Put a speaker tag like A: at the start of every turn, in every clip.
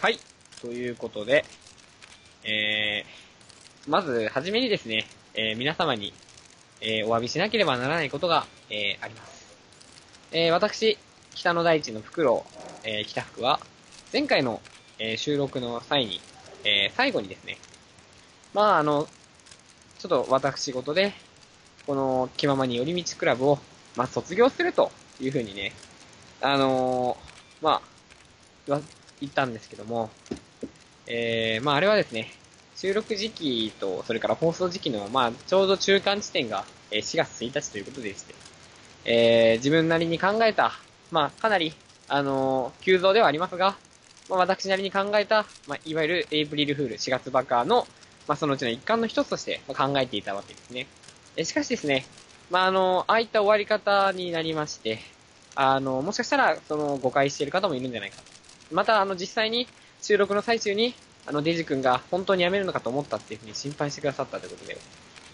A: はい。ということで、えー、まず、はじめにですね、えー、皆様に、えー、お詫びしなければならないことが、えー、あります。えー、私、北の大地の袋を、えー、北福は、前回の、えー、収録の際に、えー、最後にですね、まあ、あの、ちょっと私事で、この、気ままに寄り道クラブを、まあ、卒業するというふうにね、あのーまあ、わ言ったんですけども、えー、まあ、あれはですね、収録時期と、それから放送時期の、まあ、ちょうど中間地点が、えー4月1日ということでして、えー、自分なりに考えた、まあ、かなり、あのー急増ではありますが、まあ、私なりに考えた、まあ、いわゆるエイプリルフール4月バカの、まあ、そのうちの一環の一つとして、まあ考えていたわけですね。えーしかしですね、まあ、あのーああいった終わり方になりまして、あのーもしかしたら、その、誤解している方もいるんじゃないかと。また、あの、実際に、収録の最中に、あの、デジ君が本当に辞めるのかと思ったっていうふうに心配してくださったということで、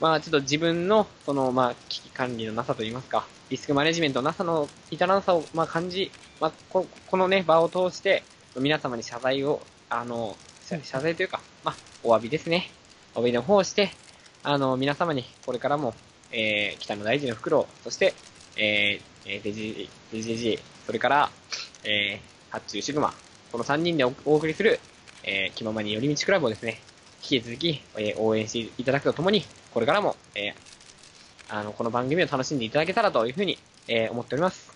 A: まあ、ちょっと自分の、その、まあ、危機管理のなさといいますか、リスクマネジメントのなさの至らなさを、まあ、感じ、まあ、ここのね、場を通して、皆様に謝罪を、あの、謝謝罪というか、まあ、お詫びですね。お詫びの方をして、あの、皆様に、これからも、えー、北の大臣の袋を、そして、えー、えーデジ、デジデジ、それから、えー、発注シグマ、この3人でおお送りする、えー、気ままに寄り道クラブをですね、引き続き、えー応援していただくとともに、これからも、えー、あの、この番組を楽しんでいただけたらというふうに、えー、思っております。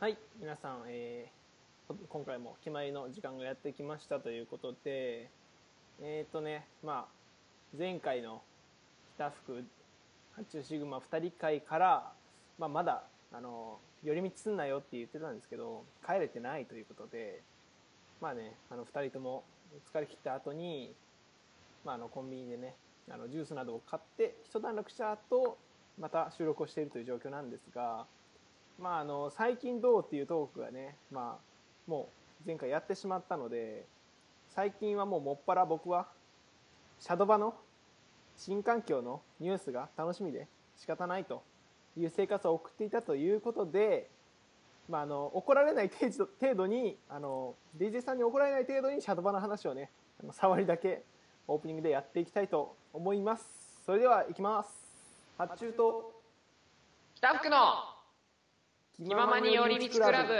B: はい、皆さん、えー今回も決まりの時間がやってきましたということで、えっ、とね、まあ、前回の北福、発注シグマ2人会から、まあ、まだ、あの、寄り道すんなよって言ってたんですけど、帰れてないということで、まあね、あの、2人とも疲れ切った後に、まあ、あの、コンビニでね、あの、ジュースなどを買って、一段落した後、また収録をしているという状況なんですが、まあ、あの最近どうっていうトークがね、まあ、もう前回やってしまったので最近はもうもっぱら僕はシャドバの新環境のニュースが楽しみで仕方ないという生活を送っていたということで、まあ、あの怒られない程度程度にあの DJ さんに怒られない程度にシャドバの話をねあの触りだけオープニングでやっていきたいと思いますそれではいきます発注と
A: 北福の気ままに寄り道クラブ。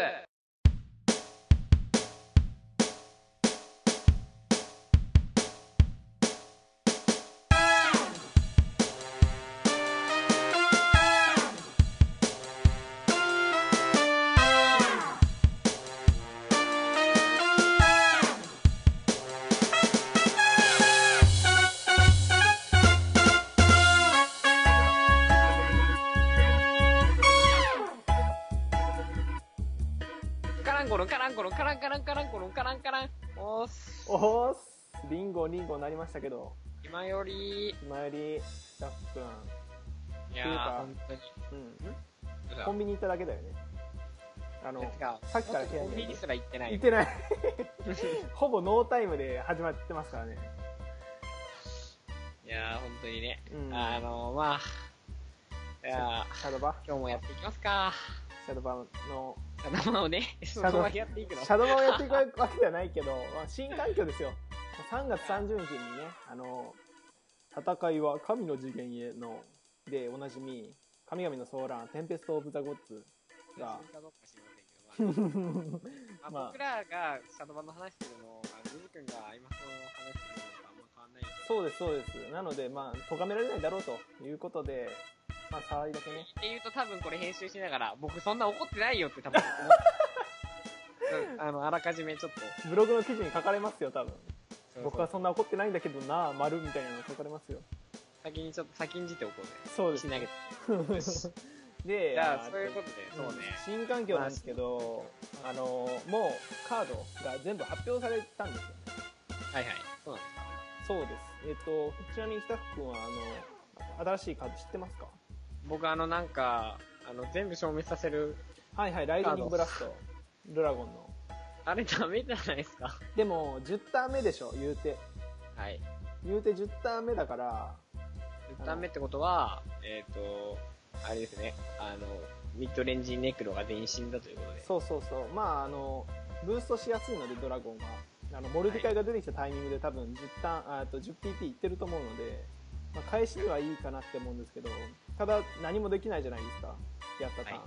A: カランコロンカランコロンカランカランカランコロンカランカラン。おーす。
B: おーすリンゴリンゴになりましたけど
A: 今より、い
B: 今よりシャップ
A: やー、本当に。
B: 君うんコンビニ行っただけだよねあの
A: てか
B: さっきから部屋
A: コンビ
B: に
A: ニすら行 ってない
B: 行
A: よ
B: っ。てないほぼノータイムで始まってますからね
A: いやー、本当にね。
B: うん
A: あのー、まあ、いや
B: シャドバ
A: ー、今日もやっていきますか。
B: シャドバの
A: 生をね、そのままやっていくの。
B: シャドバをやっていくわけではないけど、まあ、新環境ですよ3月30日にねあの戦いは神の次元へのでおなじみ神々のソーランテンペスト・オブ・ザ・ゴッツが
A: かどうか知りませんけど、まあ、ま
B: ま
A: あ
B: あ
A: 僕らがシャドーバンの話してるの、まあ、ジズ君が今その話してるのとあんま変わんないけど。
B: そうですそうですなのでまあ咎められないだろうということでまあ触りだけね
A: って言うと多分これ編集しながら、僕そんな怒ってないよって多分思 ううんあの、あらかじめちょっと。
B: ブログの記事に書かれますよ多分
A: そうそう
B: 僕はそんな怒ってないんだけどな丸みたいなの書かれますよ
A: 先にちょっと先んじておこうね。
B: そうで
A: し
B: す
A: なげて。
B: で
A: じゃ
B: ま
A: あ、そういうことで、そうね。
B: 新環境なんですけど、あのもうカードが全部発表されたんですよ
A: はいはい。そうなんですか。
B: そうですえっ、とちなみに北福君はあの新しいカード知ってますか
A: 僕あのなんか、あの、全部消滅させる、
B: はいはいライトニングブラストドラゴンの
A: あれダメじゃないですか。
B: でも、10ターン目でしょ、言うて。
A: はい。
B: 言うて10ターン目だから、
A: 1ターン目ってことは、えっ、と、あれですね。あの、ミッドレンジネクロが全員死んだということで。
B: そうそうそう。まあ、あの、ブーストしやすいので、ドラゴンが。あの、モルディカイが出てきたタイミングで多分10ターン、ああと 10PT いってると思うので、まあ、返しにはいいかなって思うんですけど、ただ何もできないじゃないですか。やったターン。
A: は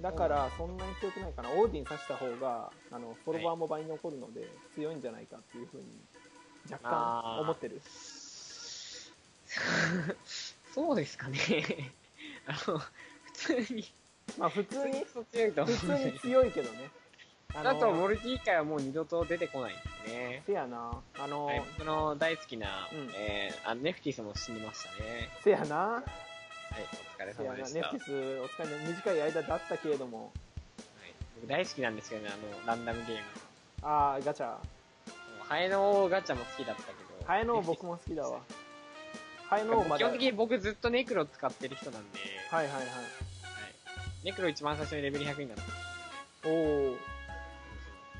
B: だから、そんなに強くないかな。オーディン刺した方が、あの、フォロワーも倍に残るので、強いんじゃないかっていうふうに、若
A: あ
B: 干
A: ー
B: 思ってる。
A: そうですかね。 あの、普通に、
B: まあ、普通 に、
A: 通に強いと思
B: 普
A: うん
B: 通
A: で
B: に強いけどね。あ
A: あと、モルティー界はもう二度と出てこないですね。
B: せやな。あの、
A: はい、僕の大好きな、
B: うん
A: えー、あネフティスも死にましたね。
B: せやな。
A: はい、お疲れ
B: せや
A: 様
B: な。ネ
A: でし
B: フ
A: た。は
B: テ
A: い
B: ィ、ス、お疲れの短い間だったけれども、
A: 僕大好きなんですけどね、あの、ランダムゲーム。
B: あー、ガチャ。
A: もうハエの王ガチャも好きだったけど。
B: ハエノー
A: ネフテ
B: 僕
A: ィ
B: も好きだわ。ハエノー
A: ス
B: ま
A: 基
B: だ。
A: 本
B: はい
A: 的
B: は
A: に
B: い
A: 僕ずっとネクロ使ってる人なんで、はい
B: はい。
A: ネクロ一番最初にレベル100になったんです
B: おー。
A: よ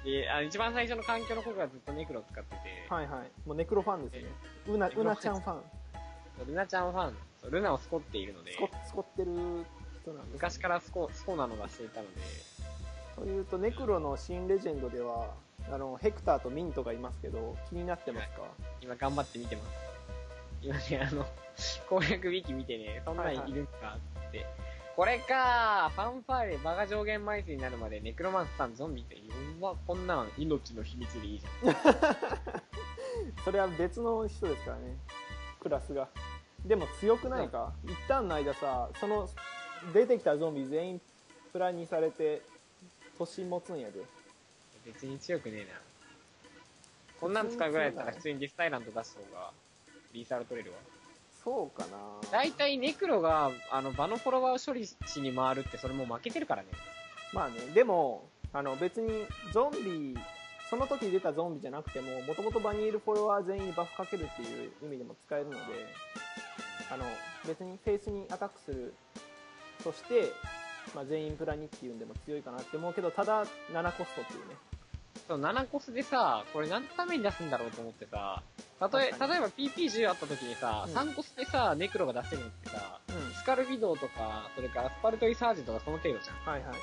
A: であの一番最初の環境の頃からずっとネクロ使ってて、
B: はいはい。もうネクロファンですね。うな、
A: ネク
B: う
A: ロファン
B: なちゃんファン。
A: ルナちゃんファン、そうルナをスコっているので
B: ス、コ、スコってる人なんです、ね。
A: 昔からスコ、スコなのがしていたので、
B: というと、ネクロの新レジェンドでは、あの、ヘクターとミントがいますけど、気になってますか、
A: 今頑張って見てます。今ね、あの、 攻略ウィキ見てね、そんなんいるんかって。これかファンファーレ場が上限枚数になるまでネクロマンスさんゾンビって、うわ、こんなん命の秘密でいいじゃん。
B: それは別の人ですからね。クラスが。でも強くないか、一旦の間さ、その、出てきたゾンビ全員プラにされて、年持つんやで。
A: 別に強くねえな。こんなん使うぐらいだったら普通にディスタイラント出す方が、リーサル取れるわ。
B: そうかな
A: 大体ネクロが、あの、場のフォロワーを処理しに回るって、それもう負けてるからね。
B: まあね、でも、あの、別に、ゾンビ、その時出たゾンビじゃなくても、もともと場にいるフォロワー全員にバフかけるっていう意味でも使えるので、あの、別にフェイスにアタックするとして、まあ、全員プラにっていうんでも強いかなって思うけど、ただ、7コストっていうね。
A: そう、7コスでさ、これ何のために出すんだろうと思ってさ、たとえ、
B: 確かに
A: 例えば PP10 あった時にさ、
B: うん
A: 3コスでさ、ネクロが出せるのってさ、
B: うん。
A: スカルビドウとか、それからアスパルトリサージュとかその程度じゃん。
B: はいはい。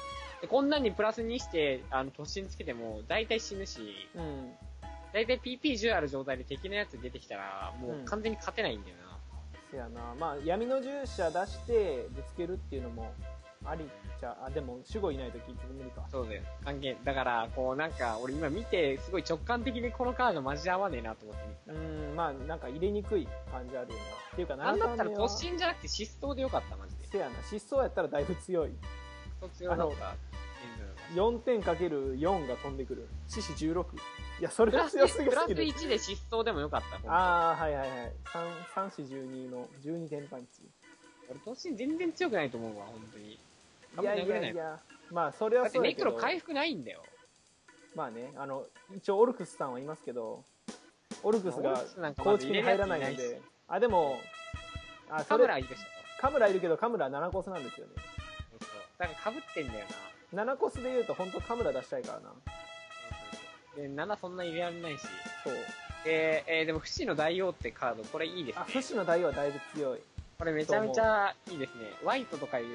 A: で、こんなんにプラスにして、あの、突進つけても、大体死ぬし、
B: うん。
A: 大体 PP10 ある状態で敵のやつ出てきたら、もう完全に勝てないんだよな。
B: せやな。まあ、闇の従者出して、ぶつけるっていうのも、ありっちゃ、あ、でも、守護いないとき、無理か。
A: そうだよ。関係、だから、こうなんか、俺今見て、すごい直感的にこのカードマジで合わねえなと思って見て
B: うん、まあ、なんか入れにくい感じあるよな。っていうか、
A: た。なんだったら
B: 年は
A: 突進じゃなくて失踪でよかった、マジで。
B: せやな、失踪やったらだいぶ強い。
A: そっちの方が、
B: 4点かける4が飛んでくる。獅子16。いや、それ
A: プ
B: は
A: ラス、
B: 強すぎ
A: プ
B: る
A: ラス。1で失踪でもよかった。あ。
B: ああ、はいはいはい。3、3、4、12の12点パンチ。
A: 俺、突進全然強くないと思うわ、本当に。あん
B: い
A: ま
B: や
A: り
B: い
A: 殴れ
B: や
A: ないい。
B: や。まあ、それ
A: だ
B: は
A: って
B: そうや
A: ネ
B: け
A: ク
B: ど。
A: ロ回復ないんだよ。
B: まあね、あの、一応オルクスさんはいますけど、オルクス
A: オル
B: が
A: クスなんかま
B: 構
A: だ
B: 築に入らない
A: 入れ
B: の
A: るやついな
B: で
A: い。
B: あ、でも、あ、
A: カ
B: そ
A: ム
B: れ、
A: ラいるでしょ。
B: カムラいるけど、カムラ7コスなんですよね。
A: そうそうだから被ってんだよな。
B: 7コスで言うと、本当カムラ出したいからな。
A: で、7そんな入れられないし。
B: そう。
A: で、えー、でも、不死の大王ってカード、これいいです
B: あ、
A: ね。
B: 不死の大王はだいぶ強い。
A: これめちゃめちゃいいですね。ワイトとかいう、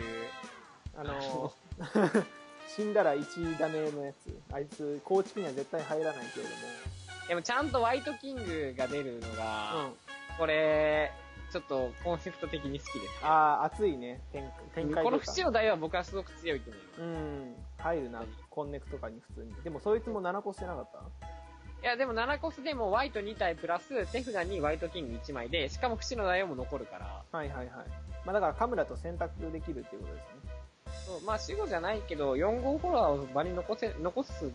B: あ
A: あ
B: の
A: の、
B: 死んだら1ダメのやつ。あいつ、構築には絶対入らないけれど
A: でもちゃんとワイトキングが出るの
B: も。
A: が、
B: うん。
A: これ、ちょっとコンセプト的に好きです、ね。
B: ああ、熱いね。展展開
A: ことの
B: いうか
A: 節を台は僕はすごく強いと思います。
B: う
A: い
B: ん。入るな。コンネクとかに普通に。でもそいつも7個してなかった
A: や、でも7コスでもワイト2体プラス手札にワイトキング1枚で、しかも節の台も残るから、
B: はいはいはい。まあだからカムラと選択できるっていうことですね。
A: そうまあ死後じゃないけど、4号フォロワーを場に残せ、残す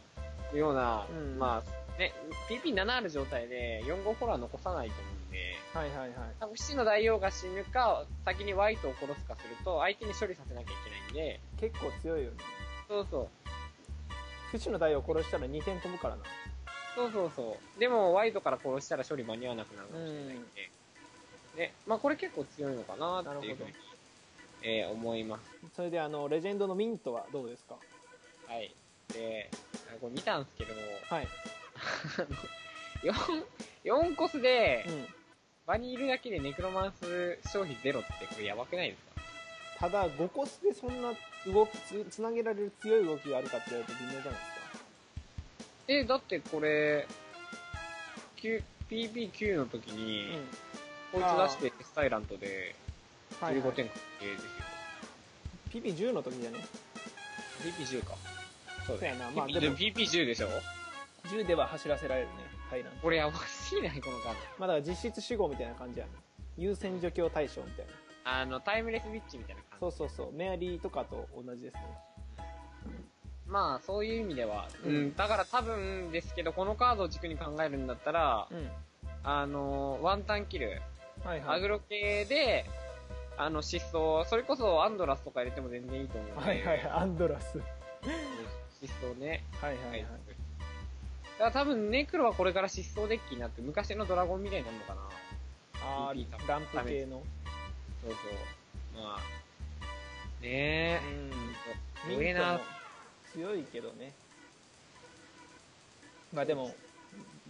A: ような、
B: うん
A: まあ、ね、PP7 ある状態で4号フォロワー残さないと思うんで、
B: はいはいはい。
A: 多分死の大王が死ぬか、先にワイトを殺すかすると、相手に処理させなきゃいけないんで、
B: 結構強いよね。
A: そうそう。
B: 不死の大王殺したら2点飛ぶからな。
A: そうそうそう。でも、ワイトから殺したら処理間に合わなくなるかもしれないんで。ね、まあこれ結構強いのかなっていうふうに
B: なる、
A: えー思います。
B: それであの、レジェンドのミントはどうですか
A: はい。で、あこれ見たんですけども、
B: はい。
A: 4、四コスで
B: う、ん。
A: 場にいるだけでネクロマンス消費ゼロってこれやばくないですか
B: ただ、5コスでそんな動きつ、つなげられる強い動きがあるかって言われると微妙じゃないですか。
A: え、だってこれ、Q、PP9 の時に、こいつ出してスタイラントで
B: うん。はい、
A: 15
B: はい。
A: 点確定ですよ。
B: PP10 の時じゃね。
A: PP10 か。そう
B: そう
A: だ
B: や
A: よ。
B: な。まあ、で
A: で
B: も
A: も、PP10 でしょ
B: 10では走らせられるね。はいなんて。
A: これやばすぎないこの感じ。
B: まあ、だから実質死後みたいな感じやね。優先除去対象みたいな。
A: あの、タイムレスビッチみたいな感じ。
B: そうそうそう。メアリーとかと同じですね。
A: まあ、そういう意味では、う
B: うん
A: ん、だから多分ですけど、このカードを軸に考えるんだったら、
B: うん。
A: あの、ワンタンキル、
B: はい
A: ア
B: はい
A: グ。ロ系で、あの、疾走、それこそアンドラスとか入れても全然いいと思うんで、
B: はいはい、アンドラス。は
A: 疾走ね。
B: いはいは
A: はい
B: い。。
A: だから多分、ネクロはこれから疾走デッキになって、昔のドラゴンみたいになるのかな。
B: あ
A: リピーター
B: ー、ランプ系の。
A: そうそう。まあ、ねえ。
B: ミ
A: 上
B: ント
A: な
B: も、強いけどね。まあでも、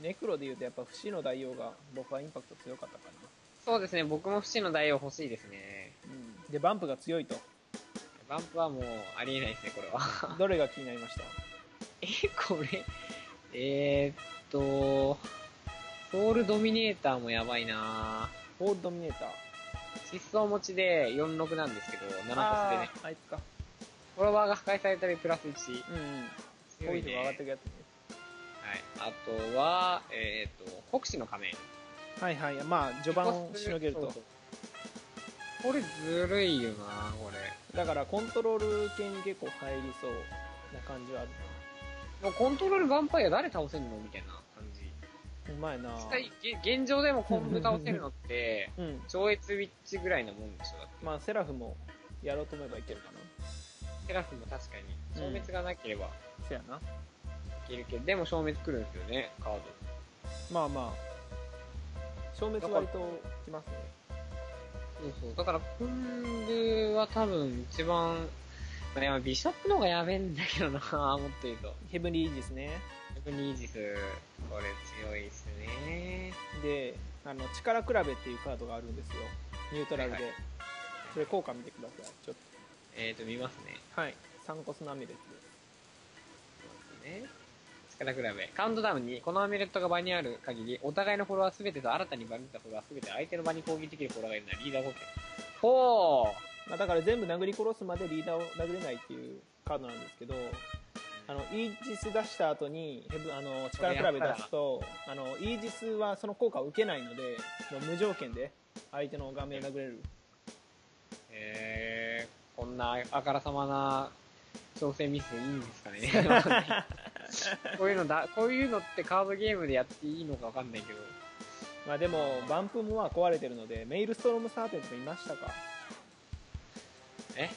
B: ネクロで言うとやっぱ不死の代用が僕はインパクト強かったか
A: そうですね、僕も不死の代用欲しいですね。
B: な。で、バンプが強いと。
A: バンプはもう、ありえないですね、これは。
B: どれが気になりました
A: え、これ、えー、っと、ソウルドミネーターもやばいな
B: フォールドミネーター。
A: ぁ。疾走持ちで46なんですけど、7コスでね。
B: あーあいつか。
A: フォロワーが破壊されたりプラス1。
B: うんうん。こ
A: 強
B: うい
A: いう
B: の
A: ね。
B: が上がってくやつね。
A: はい。あとは、えー、っと、国士の仮面。
B: はいはい。まあ、序盤をしのげる
A: そう
B: と
A: そ。うこれずるいよなこれ。
B: だからコントロール系に結構入りそうな感じはある
A: もうコントロールヴァンパイア誰倒せんのみたいな感じ。
B: な。うまいな
A: 実際、げ現状でもコンブ倒せるのって、
B: うん。
A: 超越ウィッチぐらいなもんでしょだって。
B: まあ、セラフもやろうと思えばいけるかな。
A: セラフも確かに、消滅がなければい
B: そやな。
A: けるけど、でも消滅来るんですよね、カード。
B: まあまあ、消滅割ときますね。
A: そうそう。だから、コンブは多分一番、まあ、いやビショップの方がやべえんだけどな もっと言うと。
B: ヘブンリーイージスね。
A: 逆にイージス、これ強いっすね。
B: で、あの、力比べっていうカードがあるんですよ。ニュートラルで。
A: はいはい
B: それ効果見てください。ちょっ
A: えーと、見ますね。
B: と。はい。サンコスのアミュレットです。
A: ね。力比べ。カウントダウンに、このアミュレットが場にある限り、お互いのフォロワーすべてと新たに場に出たフォロワーすべて相手の場に攻撃できるフォロワーがいるならリーダー5件。ほー
B: まあ、だから全部殴り殺すまでリーダーを殴れないっていうカードなんですけど、あの、イージス出した後に、ヘブ、あの、力比べ出すと、あの、イージスはその効果を受けないので、もう無条件で相手の画面殴れる。
A: えー、こんなあからさまな調整ミスいいんですかね こういうのだ、こういうのってカードゲームでやっていいのかわかんないけど。
B: まあでも、バンプもまあ壊れてるので、メイルストロームサーペントいましたか
A: え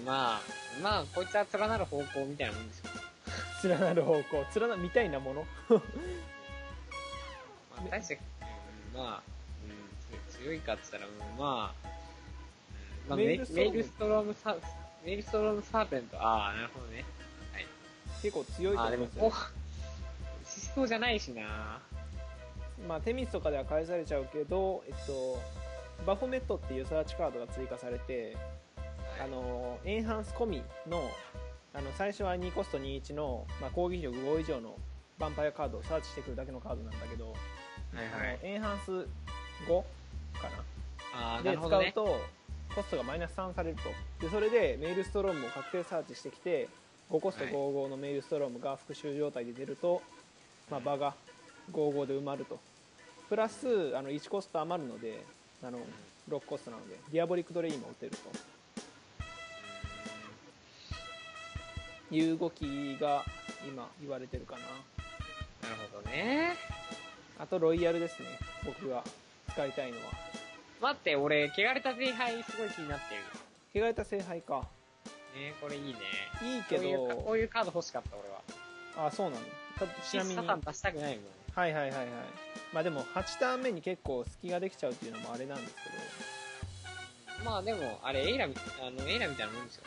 A: うん、まあ、まあ、こいつは連なる方向みたいなもんですよ。
B: 連なる方向連なみたいなもの
A: まあ、大して、うん、まあ、うん、つ強いかって言ったら、うん、まあ、うんまあ、メ
B: メ
A: イ
B: イ
A: ル
B: ル
A: ス
B: ス
A: ト
B: トローム
A: ロームサー、メイルストロームサーペント、ああ、なるほどね。
B: 結構強いと
A: ああ、
B: 思
A: で
B: いま
A: も、
B: すよ
A: こう、シスコじゃないしな
B: まあテミスとかでは返されちゃうけど、えっと、バフォメットっていうサーチカードが追加されて、あのエンハンス込みのあの最初は2コスト21の、まあ、攻撃力5以上のヴァンパイアカードをサーチしてくるだけのカードなんだけど、
A: はい
B: あ
A: はい。
B: のエンハンス5かな
A: ああ、な
B: で
A: る
B: 使
A: ほ
B: う
A: どね。
B: とコストがマイナス3されるとでそれでメイルストロームを確定サーチしてきて5コスト
A: はい
B: 55のメイルストロームが復習状態で出ると、まあ、場が55で埋まるとプラスあの1コスト余るのであの6コストなのでディアボリックドレインも打てるという動きが今言われてるかな
A: なるほどね。
B: あとロイヤルですね僕が使いたいのは
A: 待って、俺、汚れた前敗すごい気になってる。
B: 汚れた聖杯か
A: ねこれいいね。
B: いいけど
A: こういう、こういうカード欲しかった、俺は。
B: あそうなのたちなみに
A: サタン出したくないもん。
B: はいはいはいはいまあでも8ターン目に結構隙ができちゃうっていうのもあれなんですけど
A: まあでも、あれ、エイラみ、あの、エイラみたいなもんですよ。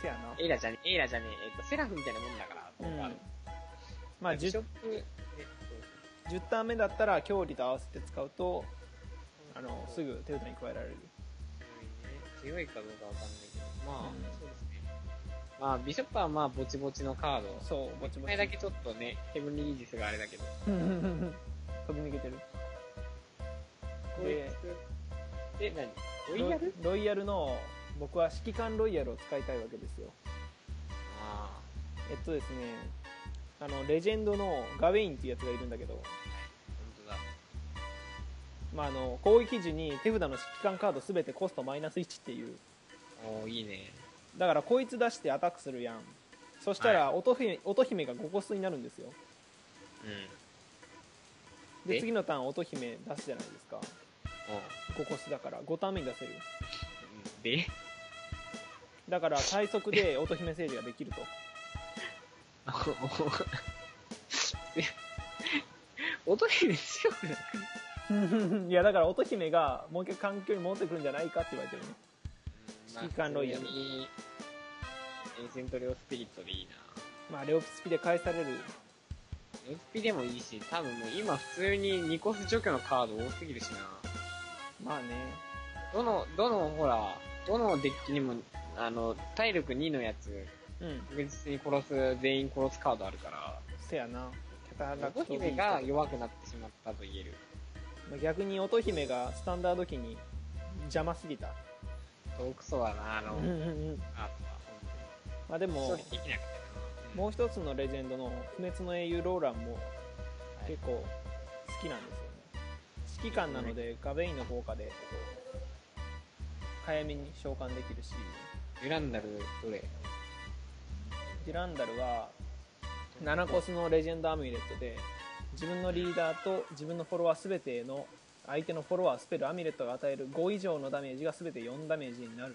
B: せやな
A: エイラじゃね、エイラじゃねえ、えっと、セラフみたいなもんだから、
B: うん
A: 今回
B: まあ 10,
A: 役職、
B: 10ターン目だったら郷里と合わせて使うとあのすぐ手札に加えられる
A: 強いかどうかわかんないけど、まあ、そうですね。まあ、ビショップはまあ、ぼちぼちのカード。
B: そうぼちぼ
A: 前
B: ち
A: だけちょっとね、ヘブンリージスがあれだけど、こ
B: うんうんうんうん飛び抜けてる
A: ういうえ、何ロイヤル
B: ロイヤルの僕は指揮官ロイヤルを使いたいわけですよ
A: あ
B: えっとですねあのレジェンドのガウェインっていうやつがいるんだけど、
A: あ、ほんとだ。
B: まあ、あの攻撃時に手札の指揮官カード全てコストマイナス1っていう
A: おー、いいね。
B: だからこいつ出してアタックするやんそしたら乙姫,、乙姫が5コストになるんですよ
A: うん。
B: で
A: え
B: 次のターン乙姫出すじゃないですか
A: おう
B: 5コスだから5ターン目に出せる
A: うんで、
B: だから最速で乙姫政治ができると
A: 音姫強くない
B: いやだから乙姫がもう一回環境に戻ってくるんじゃないかって言われてるね指揮官ロイヤル
A: まあ普通にエンセントレオスピリットでいいな。
B: まあレオプスピで返される
A: SP でもいいし、多分もう今普通にニコス除去のカード多すぎるしな。
B: まあね
A: どの、どのほら、どのデッキにも、あの、体力2のやつ、
B: うん
A: 確実に殺す、全員殺すカードあるから、
B: せやなキャタラ
A: 乙
B: クト
A: 姫が弱くなってしまったと言える。
B: まあ逆に乙姫がスタンダード機に邪魔すぎた
A: 遠くそだな、あの、
B: うんうんうん
A: あ
B: まあで
A: 本当
B: も
A: に。処理できなかったな。
B: もう一つのレジェンドの不滅の英雄ローランも結構好きなんですよね指揮官なのでガベインの効果で早めに召喚できるし
A: デュランダル、どれ
B: デュランダルは7コスのレジェンドアミュレットで自分のリーダーと自分のフォロワー全ての相手のフォロワースペルアミュレットが与える5以上のダメージが全て4ダメージになるっ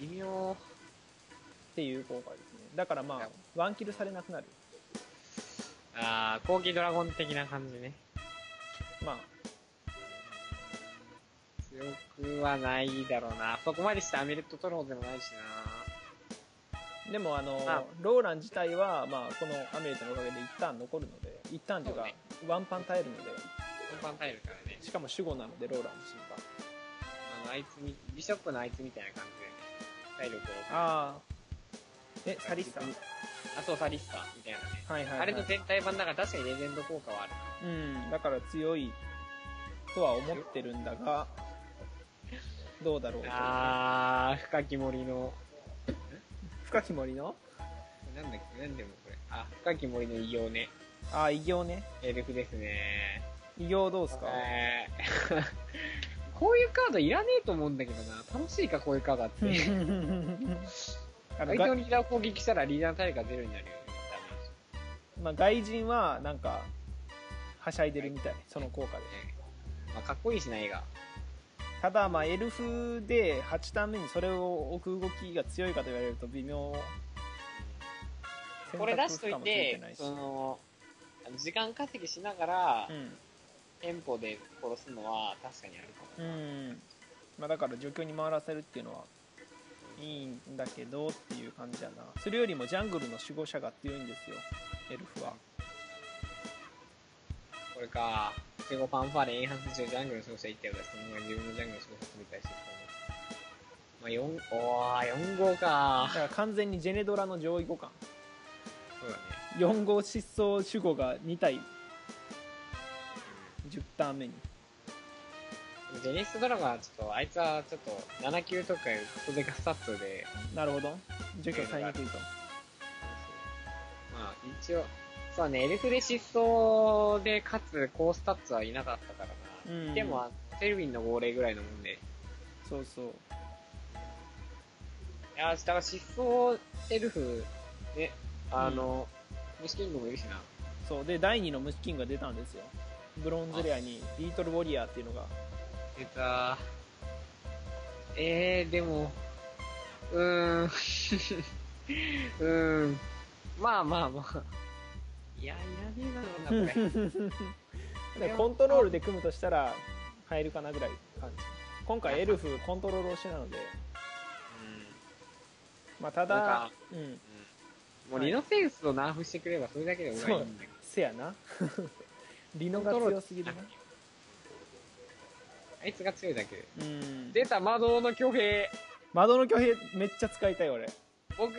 A: 微妙。
B: ていう効果ですねだからまあワンキルされなくなる
A: あー、後期ドラゴン的な感じね。
B: まあ
A: 強くはないだろうな。そこまでしてアミレット取るほどでもないし
B: でもあの
A: あ
B: ローラン自体は、まあ、このアメリカのおかげで一旦残るので一旦というか、
A: そうね
B: ワンパン耐えるので
A: な。本番耐えるからね。
B: しかも守護なのでローラン自身が
A: あの、あいつみ、ビショップのあいつみたいな感じでね。体力を。
B: ああえサリッサ
A: うんあ、そう、サリスタみたいなね。
B: はいはい、はい、
A: あれの全体版だから確かにレジェンド効果はあるな。
B: うんだから強いとは思ってるんだがどうだろうと
A: あー、深き森の、
B: 深き森の
A: なんだっけ、なんでもこれ。あ、深き森の異様ね。
B: ああ異形ね
A: エルフですね。
B: 異形どうすか
A: えー、 こういうカードいらねえと思うんだけどな。楽しいか、こういうカードあって。
B: あの
A: 相手の
B: が
A: リーダーを攻撃したらリーダーの体力がゼロになるよね。
B: まあ、外人はなんかはしゃいでるみたいその効果で
A: ダメージねまあ、かっこいいしな、絵が。
B: ただまあエルフで8ターン目にそれを置く動きが強いかと言われると微妙
A: これ出しとい
B: 選択肢もつ
A: て、
B: ないし
A: その、あの時間稼ぎしながら、テンポで殺すのは確かにあるか
B: うん、
A: もな。
B: うんまあ、だから状況に回らせるっていうのはいいんだけどっていう感じだなそれよりもジャングルの守護者が強いんですよエルフは
A: これか、中古ファンファーレエンハンス中ジャングルの勝者1体を出しそのまま自分のジャングルの勝者する対してると思う。まあ、4、おー、4号
B: だ
A: か。
B: から完全にジェネドラの上位互換
A: そうだね。
B: 4号失踪守護が2体10ターン目に
A: ジェネシスドラゴンはちょっと、あいつはちょっと、7級とかよりクソデカスタッツで、
B: なるほど除去されにくいと
A: まあ、一応、そうね、エルフで失踪で、かつ、高スタッツはいなかったからな。
B: うん
A: でも、あセルビンの号令ぐらいのもんで。い
B: そうそう
A: やー、だから失踪エルフ、ね、あの、虫キングもいるしな。
B: そうで第2の虫キングが出たんですよブロンズレアにビートルウォリアーっていうのが
A: 出たえー、でも、うーん、 うーん、まあまあまあ。いや、いらねえだろうな、 これ。
B: でコントロールで組むとしたら入るかなぐらい感じ今回エルフコントロール推しなので、まあ、
A: な
B: た
A: んか
B: だ、うん、
A: もう
B: はい
A: リノセンスをナーフしてくればそれだけで俺はいいんだけど。
B: せやな。 リノが強すぎるな。
A: あいつが強いだけで。
B: うん。
A: 出た窓の巨兵。
B: 窓の巨兵めっちゃ使いたい俺。
A: 僕、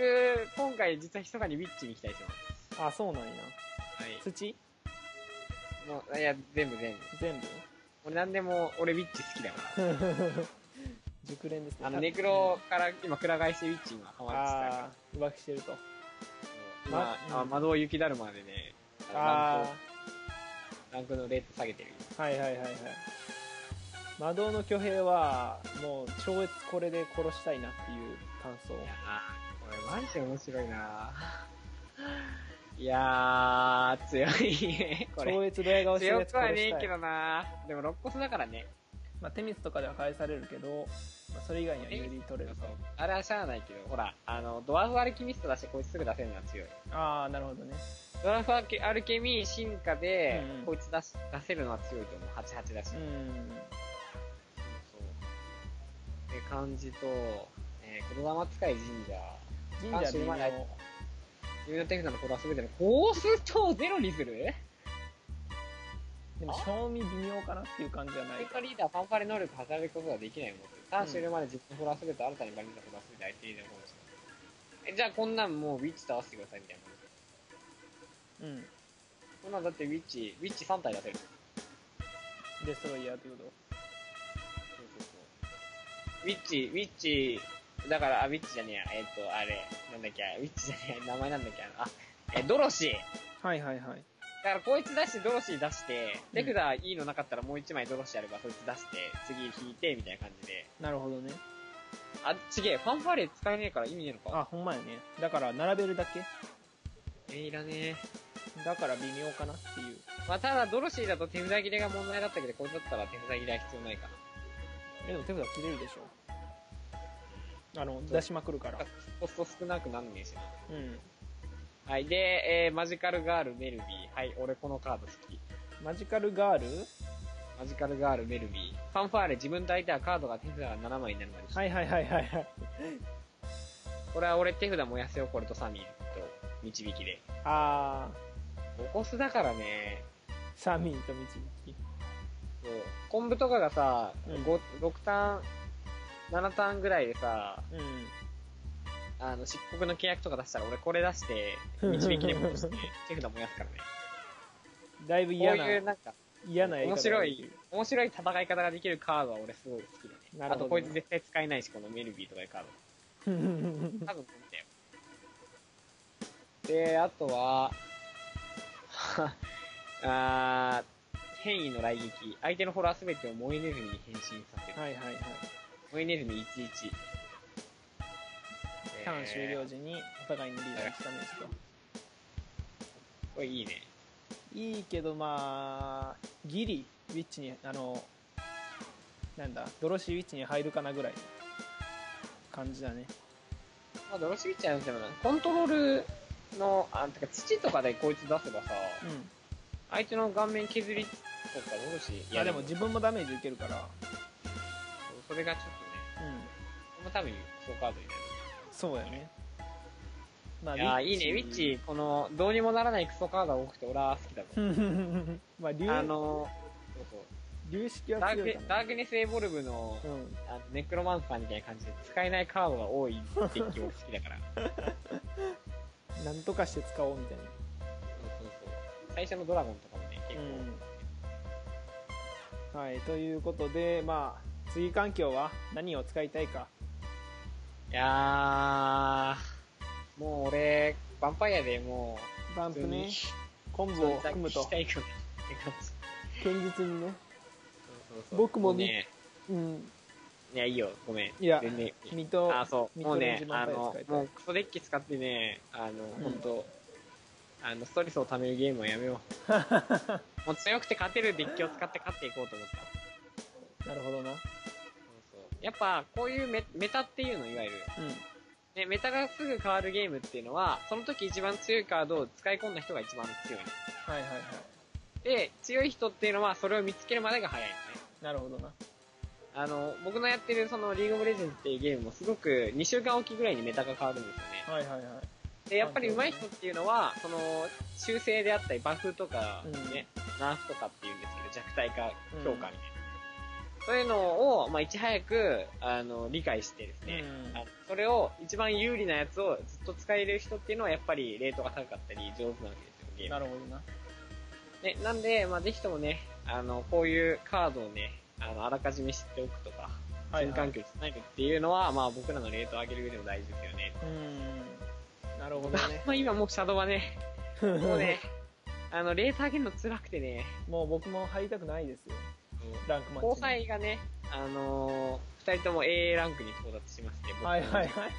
A: 今回実は密かにウィッチに期待してま
B: あ、そうなんや。
A: す。はい。
B: 土
A: もう、いや、全部全部。
B: 全部
A: 俺なんでも、俺ウィッチ好きだか
B: 熟練ですね。
A: ら。あの、ネクロから今、くら替えしてウィッチに今ハマってたから
B: ああ、浮気してると。
A: そう。今、
B: ま
A: あ窓を雪だるまでね、ラン
B: あ
A: クをランクのレート下げてる。
B: あ、はいはいはいはい。魔導の巨兵は、もう超越これで殺したいなっていう感想。
A: いやー、これマジで面白い なー。いやー、強いね、こ
B: 超
A: れ。
B: 越ドヤ顔してる
A: 強
B: やつ
A: く
B: 殺
A: は
B: し
A: ねえ
B: た
A: け
B: い。
A: どなー。でも、肋骨だからね。
B: まあ、手水とかでは返されるけど、まあ、それ以外には有利取れると。
A: あれはしゃあないけど、ほら、あの、ドワーフアルキミストだし、こいつすぐ出せるのは強い。
B: ああ、なるほどね。
A: ドワーフアルキアルケミー進化で、
B: うん
A: こいつ出し出せるのは強いと思う。88だし。
B: う
A: そう。
B: ん。
A: って感じと、えー、黒玉使い神社。
B: 神社で
A: あそう弓の手札のこれは全てのコース超ゼロにする
B: でも、賞味微妙かなっていう感じじゃな
A: スイ
B: い。
A: カリーダー、ファンファレ能力を働くことができないもの。単終了まで実践フォロワーすべて新たにバリンダフォロワーすべて相手にでもしえ、じゃあこんなんもうウィッチと合わせてくださいみたいな。
B: うん。
A: こんなんだってウィッチ、ウィッチ3体出せる。
B: デストロイヤーってこと。
A: ウィッチ、ウィッチ、だから、あウィッチじゃねえや、えっ、と、あれ、なんだっけ、ウィッチじゃねえや、名前なんだっけ、あのあ、え、ドロシー。
B: はいはいはい。
A: だからこいつ出して、ドロシー出して、
B: う
A: 手
B: ん
A: 札いいのなかったらもう1枚ドロシーあればそいつ出して、次引いて、みたいな感じで。
B: なるほどね。
A: あ、ちげえ、ファンファーレ使えねえから意味ねえのか。
B: あ、ほんまやね。だから、並べるだけ。
A: えー、いらねえ。
B: だから微妙かなっていう。
A: まあ、ただ、ドロシーだと手札切れが問題だったけど、こいつだったら手札切れは必要ないか
B: え、でも手札切れるでしょ。あの、出しまくるから
A: な。。コスト少なくなんねえしな。
B: うん。
A: はい、で、えー、マジカルガール、メルビー。はい、俺このカード好き。
B: マジカルガール
A: マジカルガール、メルビー。ファンファーレ、自分と相手はカードが手札が7枚になるまで。
B: はいはいはいはいはい。
A: これは俺手札燃やせよ、これとサミーと導きで。
B: あ
A: ボコスだからね、
B: ー、サミーと導き。
A: そう昆布とかがさ、
B: うん
A: ご6ターン、7ターンぐらいでさ、
B: うん。
A: あの、漆黒の契約とか出したら俺これ出して、導きで戻して、手札燃やすからね。
B: だいぶ
A: こう
B: 嫌
A: いう
B: な、
A: なんか、
B: 嫌な映画
A: 面白 い、面白い戦い方ができるカードは俺すごい好きだね。
B: なる
A: あ
B: ほど
A: とこいつ絶対使えないし、このメルビーとかいうカード。多分見たよ。で、あとは、 あー変異の来撃。相手のフォロワーすべてを萌えネズミに変身させる。
B: はいはいはい。
A: 萌えネズミ11。
B: ターン終了
A: えー
B: 時にお互いにリーダーしたメージと。
A: これいいね。
B: いいけど、まあ、ギリ、ウィッチに、あの、なんだ、ドロシーウィッチに入るかなぐらいの感じだね。
A: まあ、ドロシビッチャーでもなコントロールの、あ、てか土とかでこいつ出せばさ、
B: うん。
A: 相手の顔面削りとかドロシー
B: いや、でも自分もダメージ受けるから、
A: それがちょっとね、
B: う
A: これ
B: ん。
A: も多分、そうカードになる。
B: そうやね。ま
A: いやーいいね、ウィッ。チ、この、どうにもならないクソカードが多くて、俺は好きだぞ。
B: まあ、流、
A: あの、そうそう
B: 流式
A: ダ
B: は
A: ー
B: 強い
A: ク
B: か、な。
A: ダークネスエボルブの、
B: うん。
A: あのネクロマンサーみたいな感じで、使えないカードが多いデッキも好きだから。そう
B: なんとかして使おうみたいな。
A: そうそう。最初のドラゴンとかもね、結構、
B: うん。はい、ということで、まあ、次環境は何を使いたいか。
A: いやー、もう俺、ヴァンパイアでも
B: バ
A: う、
B: ンプね、
A: 普
B: コン
A: 通
B: ボ
A: に
B: を含む
A: そ
B: と
A: う、たいかなって感じ
B: 堅実にね。
A: そうそうそう
B: 僕もね
A: ね。
B: うん。
A: いや、いいよ、ごめん。
B: いや
A: 全然いい
B: 水戸、
A: あ、そう。
B: ミッ
A: もう
B: ドレン
A: ね
B: ジ、満
A: あ
B: 杯を
A: の
B: 使い、たい
A: もうクソデッキ使ってね、あの、
B: ん
A: ほんと、あの、ストレスを溜めるゲームはやめよう。もう強くて勝てるデッキを使って勝っていこうと思った。
B: なるほどな。
A: やっぱ、こういうメメタっていうの、いわゆる。
B: うん。
A: ね、メタがすぐ変わるゲームっていうのは、その時一番強いカードを使い込んだ人が一番強いの。
B: はいはいはい。
A: で、強い人っていうのは、それを見つけるまでが早いのね。
B: なるほどな。
A: あの、僕のやってるその、リーグオブレジェンズっていうゲームもすごく2週間おきぐらいにメタが変わるんですよね。
B: はいはいはい。
A: で、やっぱり上手い人っていうのは、その、修正であったり、バフとか、ね、ナーフとかっていうんですけど、弱体化強化みたいな。そういうのを、まあ、いち早く、あの、理解してですね、あのそれを、一番有利なやつをずっと使える人っていうのは、やっぱり、レートが高かったり、上手なわけですよ、ゲーム
B: なるほどな。
A: ね、なんで、まあ、ぜひともね、あの、こういうカードをね、あの、あらかじめ知っておくとか、新環境に備えるっていうのは、まあ、僕らのレートを上げる上でも大事ですよね。。
B: うん。なるほどね、
A: まあ、今もうシャドウはね、 もうねあの、レート上げるの辛くてね、
B: もう僕も入りたくないですよ。ランクマッチ。
A: 後。輩がね、あのー二人とも A ランクに到達しまして、僕も
B: はいはいはい。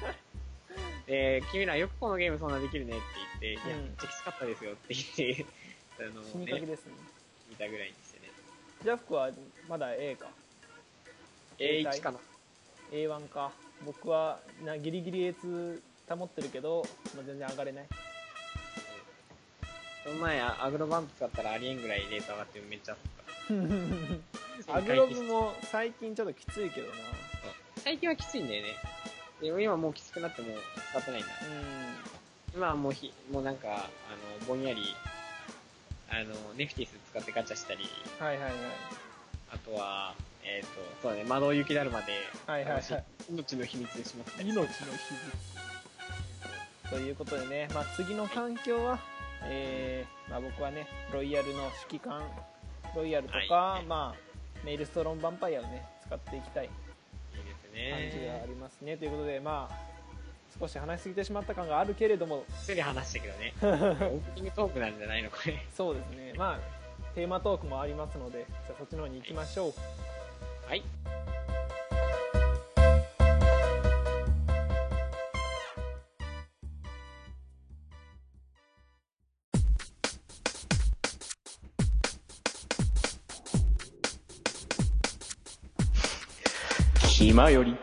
A: で、君らよくこのゲームそんなできるねって言って、いや、
B: うん
A: めっちゃきつかったですよって言って、 あの
B: 死にかけ
A: ね、
B: ですね。
A: 見たぐらいにしてね。
B: ジャフクはまだ A か。
A: A1 かな。
B: A1 か。僕はなギリギリ A2 保ってるけど、もう全然上がれ ない。
A: その前、あアグロバンプ使ったらありえんぐらいレート上がってめっちゃあったから
B: アグロブも最近ちょっときついけどな。
A: 最近はきついんだよね。でも今もうきつくなってもう使ってないんだ。今はもうひ、もうなんか、あの、ぼんやり、あの、ネフティス使ってガチャしたり、
B: うん。はいはいはい。
A: あとは、えっ、と、そうだね、窓雪だるまで、
B: はいはいはい
A: あの命の秘密にしますたり
B: 命の秘密。ということでね、まあ、次の環境は、えーまあ、僕はね、ロイヤルの指揮官、ロイヤルとか、
A: はい
B: まあ、メイルストロンヴァンパイアをね、使っていきたい
A: いいです
B: 感じがあ
A: ね。
B: りますね。ということで、まあ、少し話しすぎてしまった感があるけれども、
A: すぐ話したけど ね。オープニングトークなんじゃないのこれ。
B: そうですね、まあ、テーマトークもありますので、じゃあそっちの方に行きましょう。
A: はい。
C: 暇より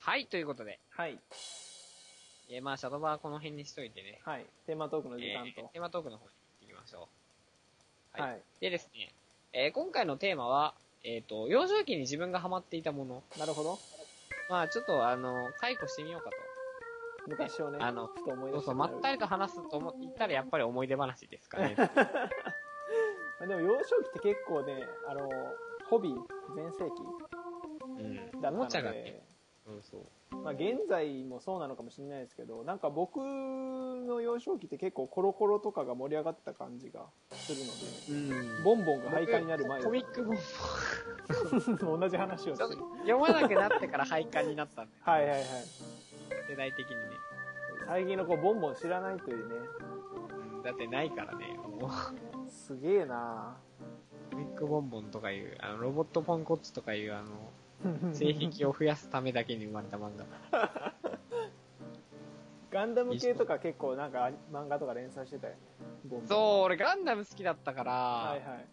A: はい、ということで。
B: はい、
A: えーまあ、シャドーバーはこの辺にしといてね。
B: はい、テーマトークの時
A: え
B: 間
A: ー
B: と。
A: テーマトークの方に行っていきましょう。
B: はい、
A: でですね、えー今回のテーマは、えっ、と、幼少期に自分がハマっていたもの。
B: なるほど。
A: まあ、ちょっと、あの、解雇してみようかと。
B: 昔をね、
A: あの
B: ふと思い
A: そ
B: 出
A: う
B: して
A: そう、まったりと話すと思言ったらやっぱり思い出話ですか ね。
B: まあでも幼少期って結構ね、あの、ホビー全盛期
A: うん。
B: だ
A: おも
B: っ
A: ち
B: た
A: ゃが
B: の
A: ね。
B: で、
A: うん、そう。
B: まあ現在もそうなのかもしれないですけど、なんか僕の幼少期って結構コロコロとかが盛り上がった感じがするので、
A: うん。
B: ボンボンが廃刊になる前
A: コミックボンボン。
B: ン 同じ話を
A: ちょっ
B: し
A: てと
B: る。
A: 読まなくなってから廃刊になったんだよ。
B: はいはいはい。
A: 世代的にね。
B: 最近の子ボンボン知らないというね、
A: うんだってないからね、もう。
B: すげえな
A: コミックボンボンとかいう、あの、ロボットポンコツとかいう、あ の、
B: ぁ
A: 性癖を増やすためだけに生まれた漫画。
B: ガンダム系とか結構なんか漫画とか連載してたよね。ボンボン。
A: そう、俺ガンダム好きだったから、
B: はいはい。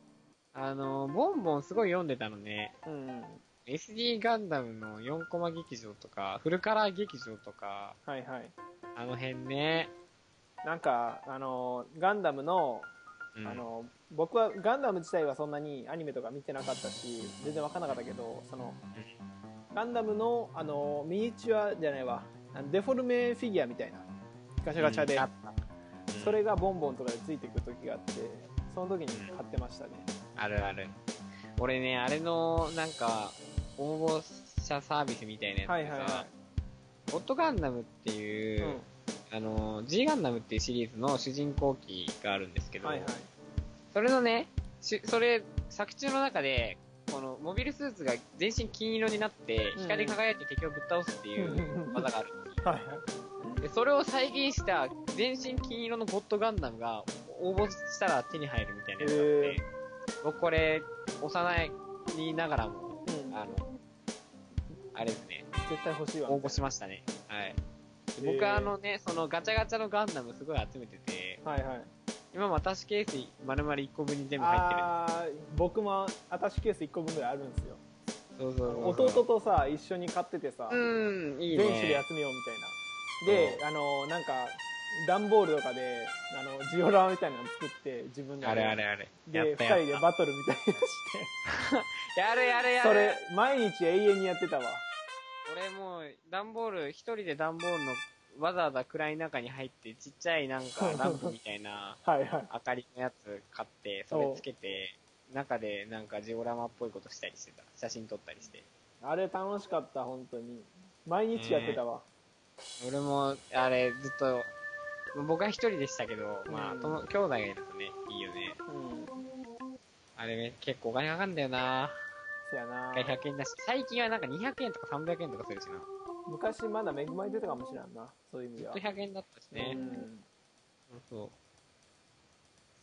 A: あの、ボンボンすごい読んでたのね。
B: うんうん。
A: SD ガンダムの4コマ劇場とか、フルカラー劇場とか、
B: はいはい。
A: あの辺ね。
B: なんか、あの、ガンダムの、
A: うん
B: あ、の、僕はガンダム自体はそんなにアニメとか見てなかったし、全然わかんなかったけど、その、ガンダムの、あの、ミニチュアじゃないわ、あのデフォルメフィギュアみたいな、ガチャガチャで、
A: うん
B: そ、れがボンボンとかでついてくる時があって、その時に買ってましたね。
A: あるある。俺ね、あれの、なんか、応募者サービスみたいなやつでさ、
B: はいはいは
A: ゴッドガンダムって
B: い。
A: いうう、
B: ん。
A: あの、G ガンダムっていうシリーズの主人公機があるんですけど、
B: はいはい。
A: それのね、しそれ、作中の中で、この、モビルスーツが全身金色になって、
B: うん
A: 光り輝いて敵をぶっ倒すっていう技がある。
B: はいはい。
A: でそれを再現した全身金色のゴッドガンダムが応募したら手に入るみたいなやつがあって、
B: へ
A: 僕これ、幼いながらも、
B: うん
A: あの、あれですね、
B: 絶対欲しいわ。
A: 応募しましたね。はい。で
B: へ
A: 僕
B: ー
A: あのね、そのガチャガチャのガンダムすごい集めてて、
B: はいはい。
A: 今も私ケース丸々1個分に全部入ってるんで
B: あー僕もアタッシュケース1個分ぐらいあるんですよ。
A: す。そうそうそうそう。
B: 弟とさ、一緒に買っててさ、
A: うん、いいね。
B: 全種類集めようみたいな。で、あの、なんか、段ボールとかで、あの、ジオラマみたいなの作って、自分で。
A: あれあれあれ。や
B: で、
A: った
B: 二
A: や
B: 人
A: っ
B: で
A: た。
B: バトルみたいなのして、
A: やるやるやる。
B: それ、毎日永遠にやってたわ。
A: 俺もう、段ボール、一人で段ボールの、わざわざ暗い中に入って、ちっちゃいなんか、ランプみたい な、
B: はいはい。
A: 明かりのやつ買って、それつけて、中でなんかジオラマっぽいことしたりしてた。写真撮ったりして。
B: あれ楽しかった、本当に。毎日やってたわ。
A: 俺も、あれ、ずっと、僕は一人でしたけど、まあ、
B: うん
A: とも兄弟がいるとね、いいよね。
B: うん。
A: あれね、結構お金かかんだよな
B: そやな
A: 一。回100円だし、最近はなんか200円とか300円とかするしな。
B: 昔まだ恵まれてたかもしれんな。そういう意味
A: ずっ
B: では
A: と。100円だったしね
B: う。ん。
A: そう。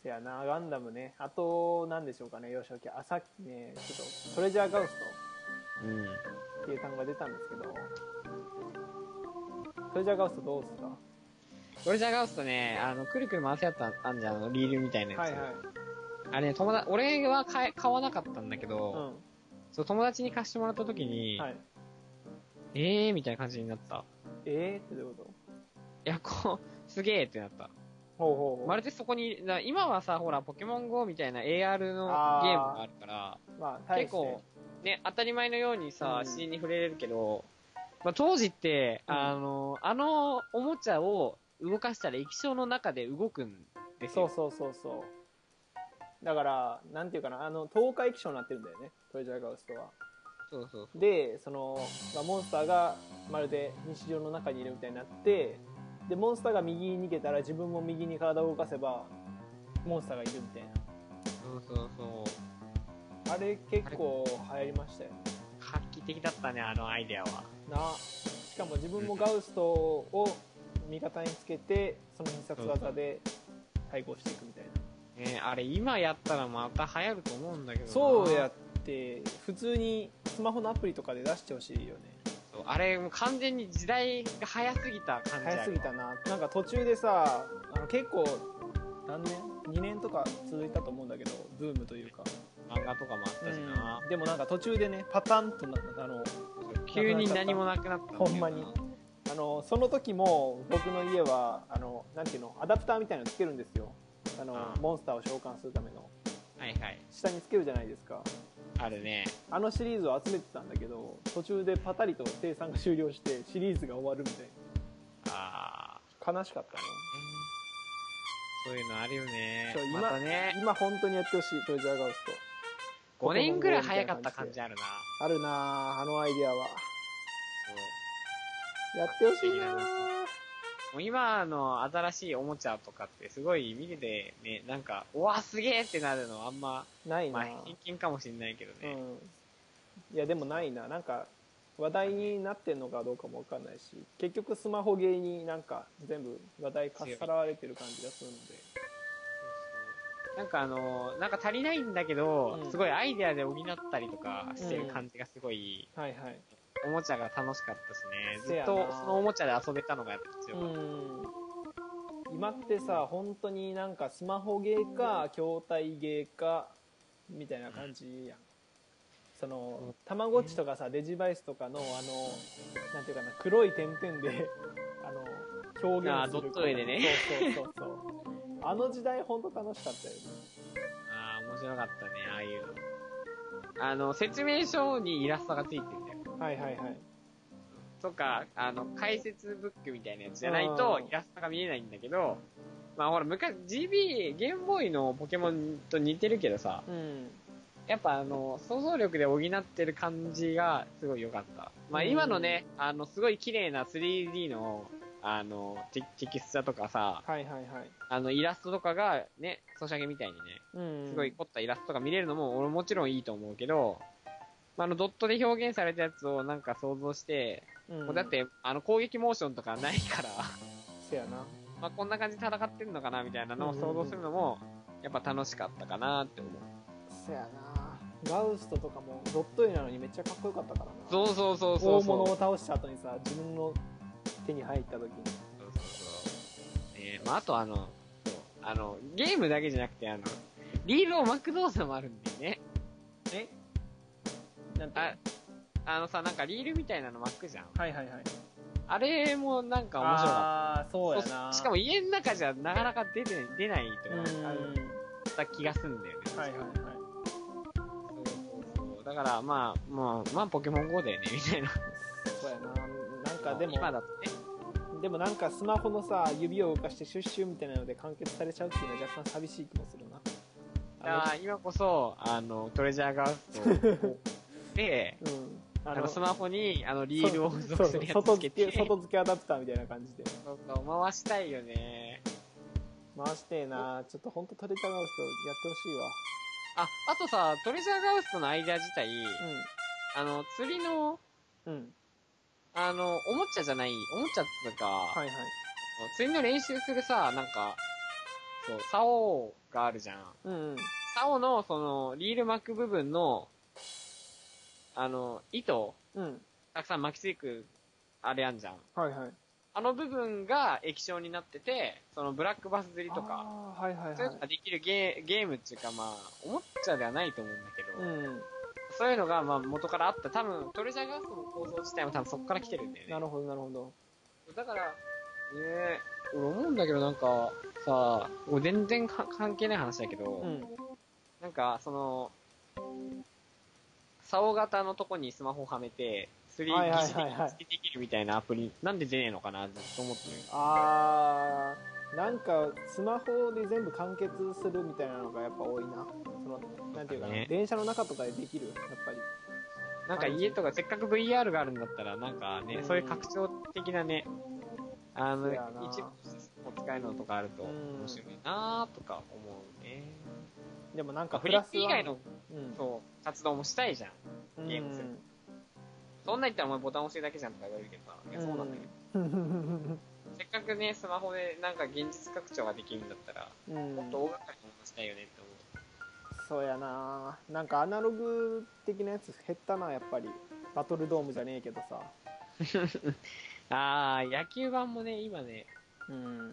B: せやな、ガンダムね。あと、なんでしょうかね、幼少期。あ、さっきね、ちょっと、トレジャーガウス
A: うん。
B: トっていう単語が出たんですけど、トレジャーガウストどうですか
A: 俺じゃガウスとね、あの、くるくる回すやつああんじゃん、あの、リールみたいなやつ。
B: はいはい。
A: あれね、友達、俺は買え買わなかったんだけ
B: う
A: ど、
B: ん。
A: そう、友達に貸してもらった時に、
B: はい。
A: えーみたいな感じになった。
B: えーってどういうこと
A: いや、こう、すげーってなった。
B: ほうほうほう。
A: まるでそこに、な今はさ、ほら、ポケモン GO みたいな AR の
B: あー
A: ゲームがあるから、
B: まあ、大
A: 結
B: して
A: 構、ね、当たり前のようにさ、
B: うん
A: 自然に触れれるけど、まあ、当時って、
B: うん
A: あの、あのおもちゃを動かしたら液晶の中で動くんです
B: そう
A: よ。
B: そうそうそう。だから、なんていうかな、あの、東海気象になってるんだよね、トレジャーガウストは。
A: そうそうそう。
B: で、その、まあモンスターがまるで日常の中にいるみたいになって、で、モンスターが右に逃げたら自分も右に体を動かせば、モンスターがいるみたい
A: そうそうそう。
B: な。あれ結構流行りましたよね。
A: 画期的だったね、あのアイデアは。
B: な。しかも自分もガウストを味方につけて、その必殺技で対抗していくみたいな。
A: ね、あれ今やったらまた流行ると思うんだけどな
B: そうやって普通にスマホのアプリとかで出してほしいよね
A: そうあれもう完全に時代が早すぎた感じある
B: 早すぎたななんか途中でさあの結構何年2年とか続いたと思うんだけどブームというか、
A: 漫画とかもあったしな、
B: でもなんか途中でねパタンとなあの
A: そう急に何もなくなったんだよな
B: ほんまにあのその時も僕の家はあのなんていうのアダプターみたいなのつけるんですよあの
A: うん
B: モンスターを召喚するための
A: はいはい
B: 下につけるじゃないですか
A: あるね
B: あのシリーズを集めてたんだけど途中でパタリと生産が終了してシリーズが終わるみたいな
A: ああ
B: 悲しかったね
A: そういうのあるよね
B: そう今
A: またね
B: 今本当にやってほしいトレジャーガウスト
A: 5年ぐらい早かった感じあるな
B: あるなぁあのアイディアはやってほしいなぁ
A: もう今の新しいおもちゃとかってすごい見ててねなんかうわすげえってなるのあんま
B: ないな
A: まあ
B: ぁ
A: 偏見かもしんないけど
B: う
A: ね、
B: んいやでもないななんか話題になってんのかどうかもわかんないし結局スマホゲーになんか全部話題かっさらわれてる感じがするので
A: なんかあのーなんか足りないんだけど、
B: うん
A: すごいアイデアで補ったりとかしてる感じがすごい、
B: はいはい
A: おもちゃが楽しかったしね。ず
B: せ
A: っ
B: やな
A: とそのおもちゃで遊べたのがやっぱ必要かった。
B: うん今ってさ本当になんかスマホゲーか筐体ゲーかみたいな感じやんそのたまごっちとかさデジバイスとかのあのなんていうかな黒い点々で あの表
A: あ
B: 現
A: ー
B: する
A: ドット絵でね
B: そうそうそうそうあの時代本当楽しかったよね
A: ああ、面白かったね、ああいうの。あの、説明書にイラストがついてるんだよ。
B: はいはいはい
A: とか、あの、解説ブックみたいなやつじゃないと
B: うん
A: イラストが見えないんだけど、まあほら、昔 GB、ゲームボーイのポケモンと似てるけどさ、
B: うん
A: やっぱあの、想像力で補ってる感じがすごい良かった。まあ
B: うん
A: 今のね、あの、すごい綺麗な 3D の、あの、テテキスチャとかさ、
B: はいはいはい
A: あの、イラストとかがね、ソシャゲみたいにね、
B: うん
A: すごい凝ったイラストが見れるのも俺もちろんいいと思うけど、まあ、あの、ドットで表現されたやつをなんか想像して、
B: うん
A: もうだって、あの、攻撃モーションとかないから、
B: せやな
A: まあこんな感じで戦ってんのかなみたいなのを
B: うんうんう
A: 想
B: ん
A: 像するのも、やっぱ楽しかったかなって思う。
B: せやなガウストとかもドット絵なのにめっちゃかっこよかったからな
A: そうそうそうそ
B: 大
A: うそう。
B: 物を倒した後にさ自分の手に入った時に
A: そうそうそう。ねえまあ、あとあの、そうあの、ゲームだけじゃなくて、あの、リールを巻く動作もあるんだよね。
B: えなんて
A: あ、あのさ、なんかリールみたいなの巻くじゃん。
B: はいはいはい
A: あれもなんか面白かっ
B: ああー
A: た。
B: そうやな
A: そしかも家の中じゃなかなか出てない、出ないと
B: う
A: か
B: ん
A: あ
B: はい
A: った気がすんだよね。
B: はいはい
A: そうそうそう。だからまあ、まあ、まあポケモン GO だよね、みたいな。
B: そうやななんかでも
A: 今だってね、
B: でもなんかスマホのさ指を動かしてシュッシュみたいなので完結されちゃうっていうのは若干寂しい気もするな
A: あ
B: あ
A: ー今こそ、あの、トレジャーガーストをで、
B: のうん
A: あ
B: あ
A: の、スマホに、あの、リールを付属するや
B: そう
A: つ
B: そう
A: つけて、
B: 外付け外付けアダプターみたいな感じで
A: そうそう回したいよね。
B: 回してえなちょっとほんとトレジャーガーストやってほしいわ
A: あ、あとさ、トレジャーガウスとのアイデア自体、あの、釣りの、
B: うんうん
A: あの、おもちゃじゃない、おもちゃっていうか、
B: はいはい
A: 釣りの練習するさ、なんか、そう、竿があるじゃん。
B: うんうん
A: 竿の、その、リール巻く部分の、あの、糸、
B: うん
A: たくさん巻きついく、あれあんじゃん。
B: はいはい
A: あの部分が液晶になってて、そのブラックバス釣りとか、
B: あーはいはい
A: そういうの
B: は
A: ができるゲーゲームっていうかまあ、おもちゃではないと思うんだけど、
B: いうん
A: そういうのがまあ元からあった、多分トレジャーガーストの構造自体も多分そこから来てるんだよね
B: な。るほどなるほど
A: だから、ねえ、俺思うんだけどなんか、さあ、もう全然か関係ない話だけど、
B: うん
A: なんか、その、竿型のとこにスマホはめて、釣り
B: はい
A: 疑
B: は
A: 似
B: い
A: 的
B: はいはい
A: に釣りできるみたいなアプリ、なんで出ねえのかなってずっと思ってる。
B: あーなんかスマホで全部完結するみたいなのがやっぱ多いなそのなんていうかな、
A: ね
B: 電車の中とかでできるやっぱり
A: なんか家とかせっかく VR があるんだったら、なんかね、
B: うん
A: そういう拡張的なね、あの
B: そうやな、
A: 一部お使えるのとかあると
B: うん
A: 面白いなぁとか思うね。
B: でもなん
A: ま
B: か
A: あフ
B: プ
A: リ
B: ラ
A: ッ
B: ス
A: ピー以外
B: は
A: の
B: うん
A: そう活動もしたいじゃん。
B: うん
A: ゲームするそんなん言ったらお前ボタン押してるだけじゃんとか言われるけどさ、いやそうなんだけど、せっかくね、スマホでなんか現実拡張ができるんだったら、
B: うん
A: もっと大掛かりなものしたいよねって思う。
B: そうやななんかアナログ的なやつ減ったなやっぱりバトルドームじゃねえけどさ
A: あー、野球版もね、今ね、
B: うん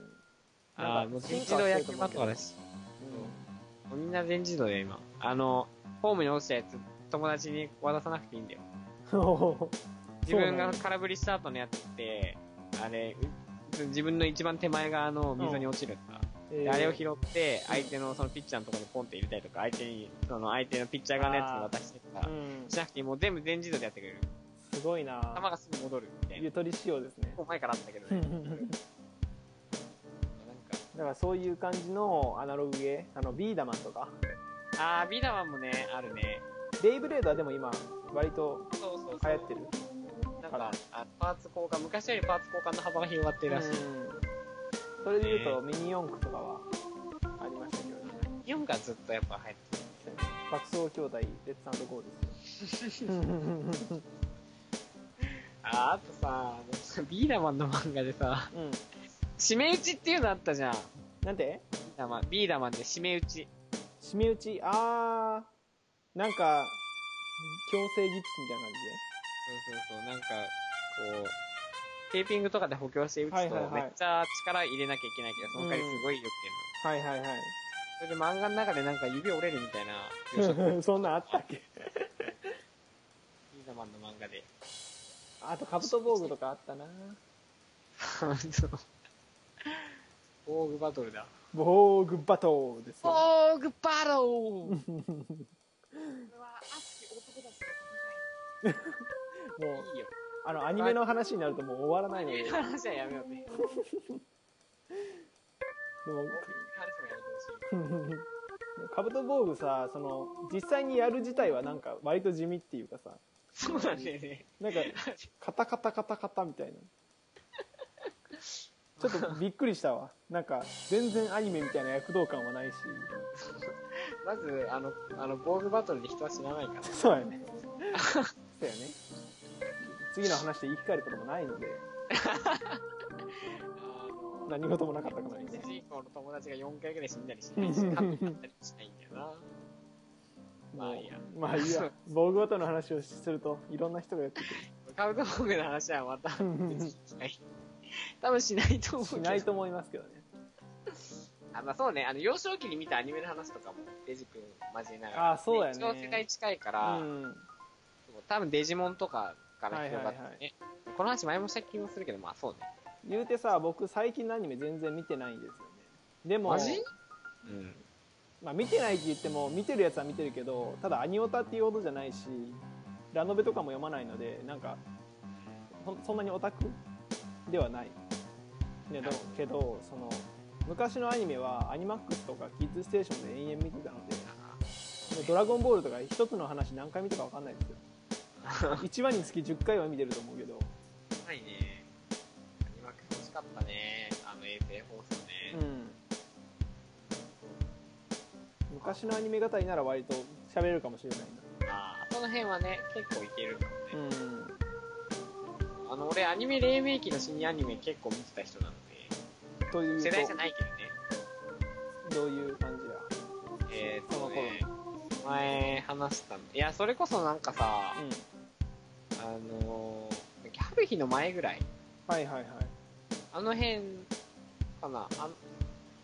A: あ
B: な
A: ー、
B: ん
A: もう
B: か
A: 全自
B: 進化
A: 動
B: はし
A: 野球
B: てると思う
A: 版
B: け
A: と
B: ど
A: かだし。もうみんな全自動だよ、今。あの、ホームに落ちたやつ、友達に渡さなくていいんだよ。
B: うん
A: 自分が空振りした後のやつって、あれ、う自分の一番手前側の溝に落ちるんだ。
B: え
A: で
B: ー
A: あれを拾って、相手のそのピッチャーのところにポンって入れたりとか、相手に、その相手のピッチャー側のやつに渡してとか
B: う、ん
A: しなくてもう全部全自動でやってくれる。
B: すごいな
A: 球がすぐ戻るみたいな。
B: ゆ
A: 結
B: とり仕様ですね
A: 構前からあったけどね。なんか、
B: だからそういう感じのアナログゲーあのビーダマンとか
A: あー、ビーダマンもね、あるね。
B: ベイブレードはでも今割と
A: そうそうそう。
B: 流行ってる
A: なんか、あパーツ交換、昔よりパーツ交換の幅が広がってるらしい。
B: うんそれでいうとミニ四駆とかはありましたけどね
A: 日本がずっとやっぱ流行ってる。
B: 爆走兄弟レッツゴーですよ
A: あー、あとさ、 なんかビーダマンの漫画でさ、
B: うん
A: 締め打ちっていうのあったじゃん。ビ
B: なんて
A: ーダマン、ビーダマンで締め打ち。
B: 締め打ちあーなんか強制ギプスみたいな
A: そうそ
B: 感
A: うそう、なんか、こう、テーピングとかで補強して打つと、
B: はいはいはい
A: めっちゃ力入れなきゃいけないけど、その代わりすごいよっ
B: じではいは
A: て
B: い
A: んの。それで漫画の中でなんか指折れるみたいな描写、
B: はいそんなんあったっけ
A: ビーダマンの漫画で。
B: あとカブト防具とかあったな
A: 防具バトルだ。
B: 防具バトルですよ
A: 防具バトル
B: もう
A: いいよ。
B: あのアニメの話になるともう終わらないのででも
A: 話はやめようね。
B: カブト防具さその実際にやる自体はなんか割と地味っていうかさ
A: そうなんだよね。
B: な んかカタカタカタカタみたいなちょっとびっくりしたわなんか全然アニメみたいな躍動感はないし
A: まず、あの、あの、防具バトルで人は死なないから。
B: そうやねそうやね次の話で言い換えることもないので
A: あ
B: 何事もなかったからいいね
A: 主人公の友達が4回ぐらい死んだりしないし、勝ったりしないんだよな。まあいいや
B: まあい いや防具ごとの話をするといろんな人がやってく
A: カウトボーグの話はまた、多分しないと思う
B: るし
A: けど。
B: ないと思いますけどね
A: あ、まあそうね、あの、幼少期に見たアニメの話とかも、デジ君交えながら。
B: あーそうやね
A: 一応世代近いか
B: う
A: ら、
B: ん
A: 多分デジモンとかから広がってね。
B: はいはい
A: この話前もした気もするけど、まあそうね。
B: 言うてさ僕最近のアニメ全然見てないんですよねでも
A: マジうん。
B: まあ、見てないって言っても見てるやつは見てるけどただアニオタっていうほどじゃないしラノベとかも読まないのでなんかそそんなにオタクではないけどけどその昔のアニメはアニマックスとかキッズステーションで延々見てたのでもうドラゴンボールとか一つの話何回見たか分かんないですよ 1話につき10回は見てると思うけど、
A: はいね。アニマックス欲しかったね。あの衛星放送ね。
B: うん、昔のアニメ語りなら割と喋れるかもしれない
A: ああ、その辺はね、結構いけるかもね。
B: な、うん、
A: あの、俺、アニメ黎明期の新アニメ結構見てた人なの
B: という
A: で、
B: と
A: 世代じゃないけどね。
B: どういう感じや
A: えー、っとね、前話したの。いや、それこそなんかさ、
B: うん
A: あのー、キャブ日の前ぐらい
B: はいはいはい
A: あの辺かな。あの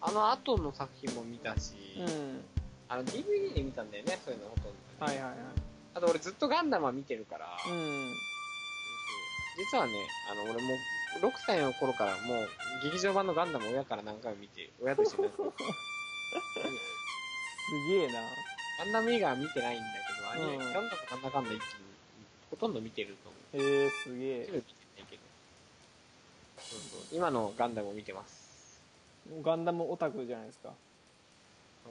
A: あの後の作品も見たし、
B: うん
A: あの DVD で見たんだよね、そういうのほとんど。
B: はいはいはい
A: あと俺ずっとガンダムは見てるから、
B: う
A: そうそうん実はね、あの俺もう6歳の頃からもう劇場版のガンダムを親から何回も見て、親と 一緒に
B: すげえな
A: ガンダム映画は見てないんだけど、あれ、
B: うん
A: ガンダムなんだかんだ一気にほとんど見てると思う。
B: えー、すげ
A: 一部
B: え
A: 見てないけど。そうそう。今のガンダムを見てます。
B: ガンダムオタクじゃないですか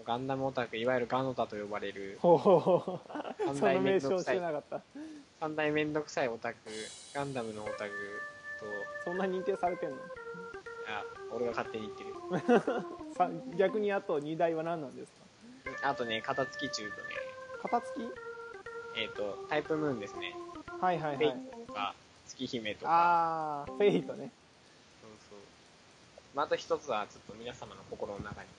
A: ガンダムオタク、いわゆるガンオタと呼ばれる、
B: ほうほうほ
A: 三
B: う そ
A: 大
B: の
A: め
B: 名
A: んど
B: 称
A: く
B: し
A: さ
B: て
A: い、
B: なかった
A: 三大めんどくさいオタク、ガンダムのオタクと、
B: そんな認定されてんの
A: あ、俺が勝手に言ってる。
B: さ逆にあと2台は何なんですか
A: あとね、肩付き中とね、
B: 片付き
A: えっ、と、タイプムーンですね。
B: はいはいは
A: フェ
B: い
A: イトとか、月姫とか。
B: ああフェイトね
A: そうそう。まあ、あと一つは、ちょっと皆様の心の中に。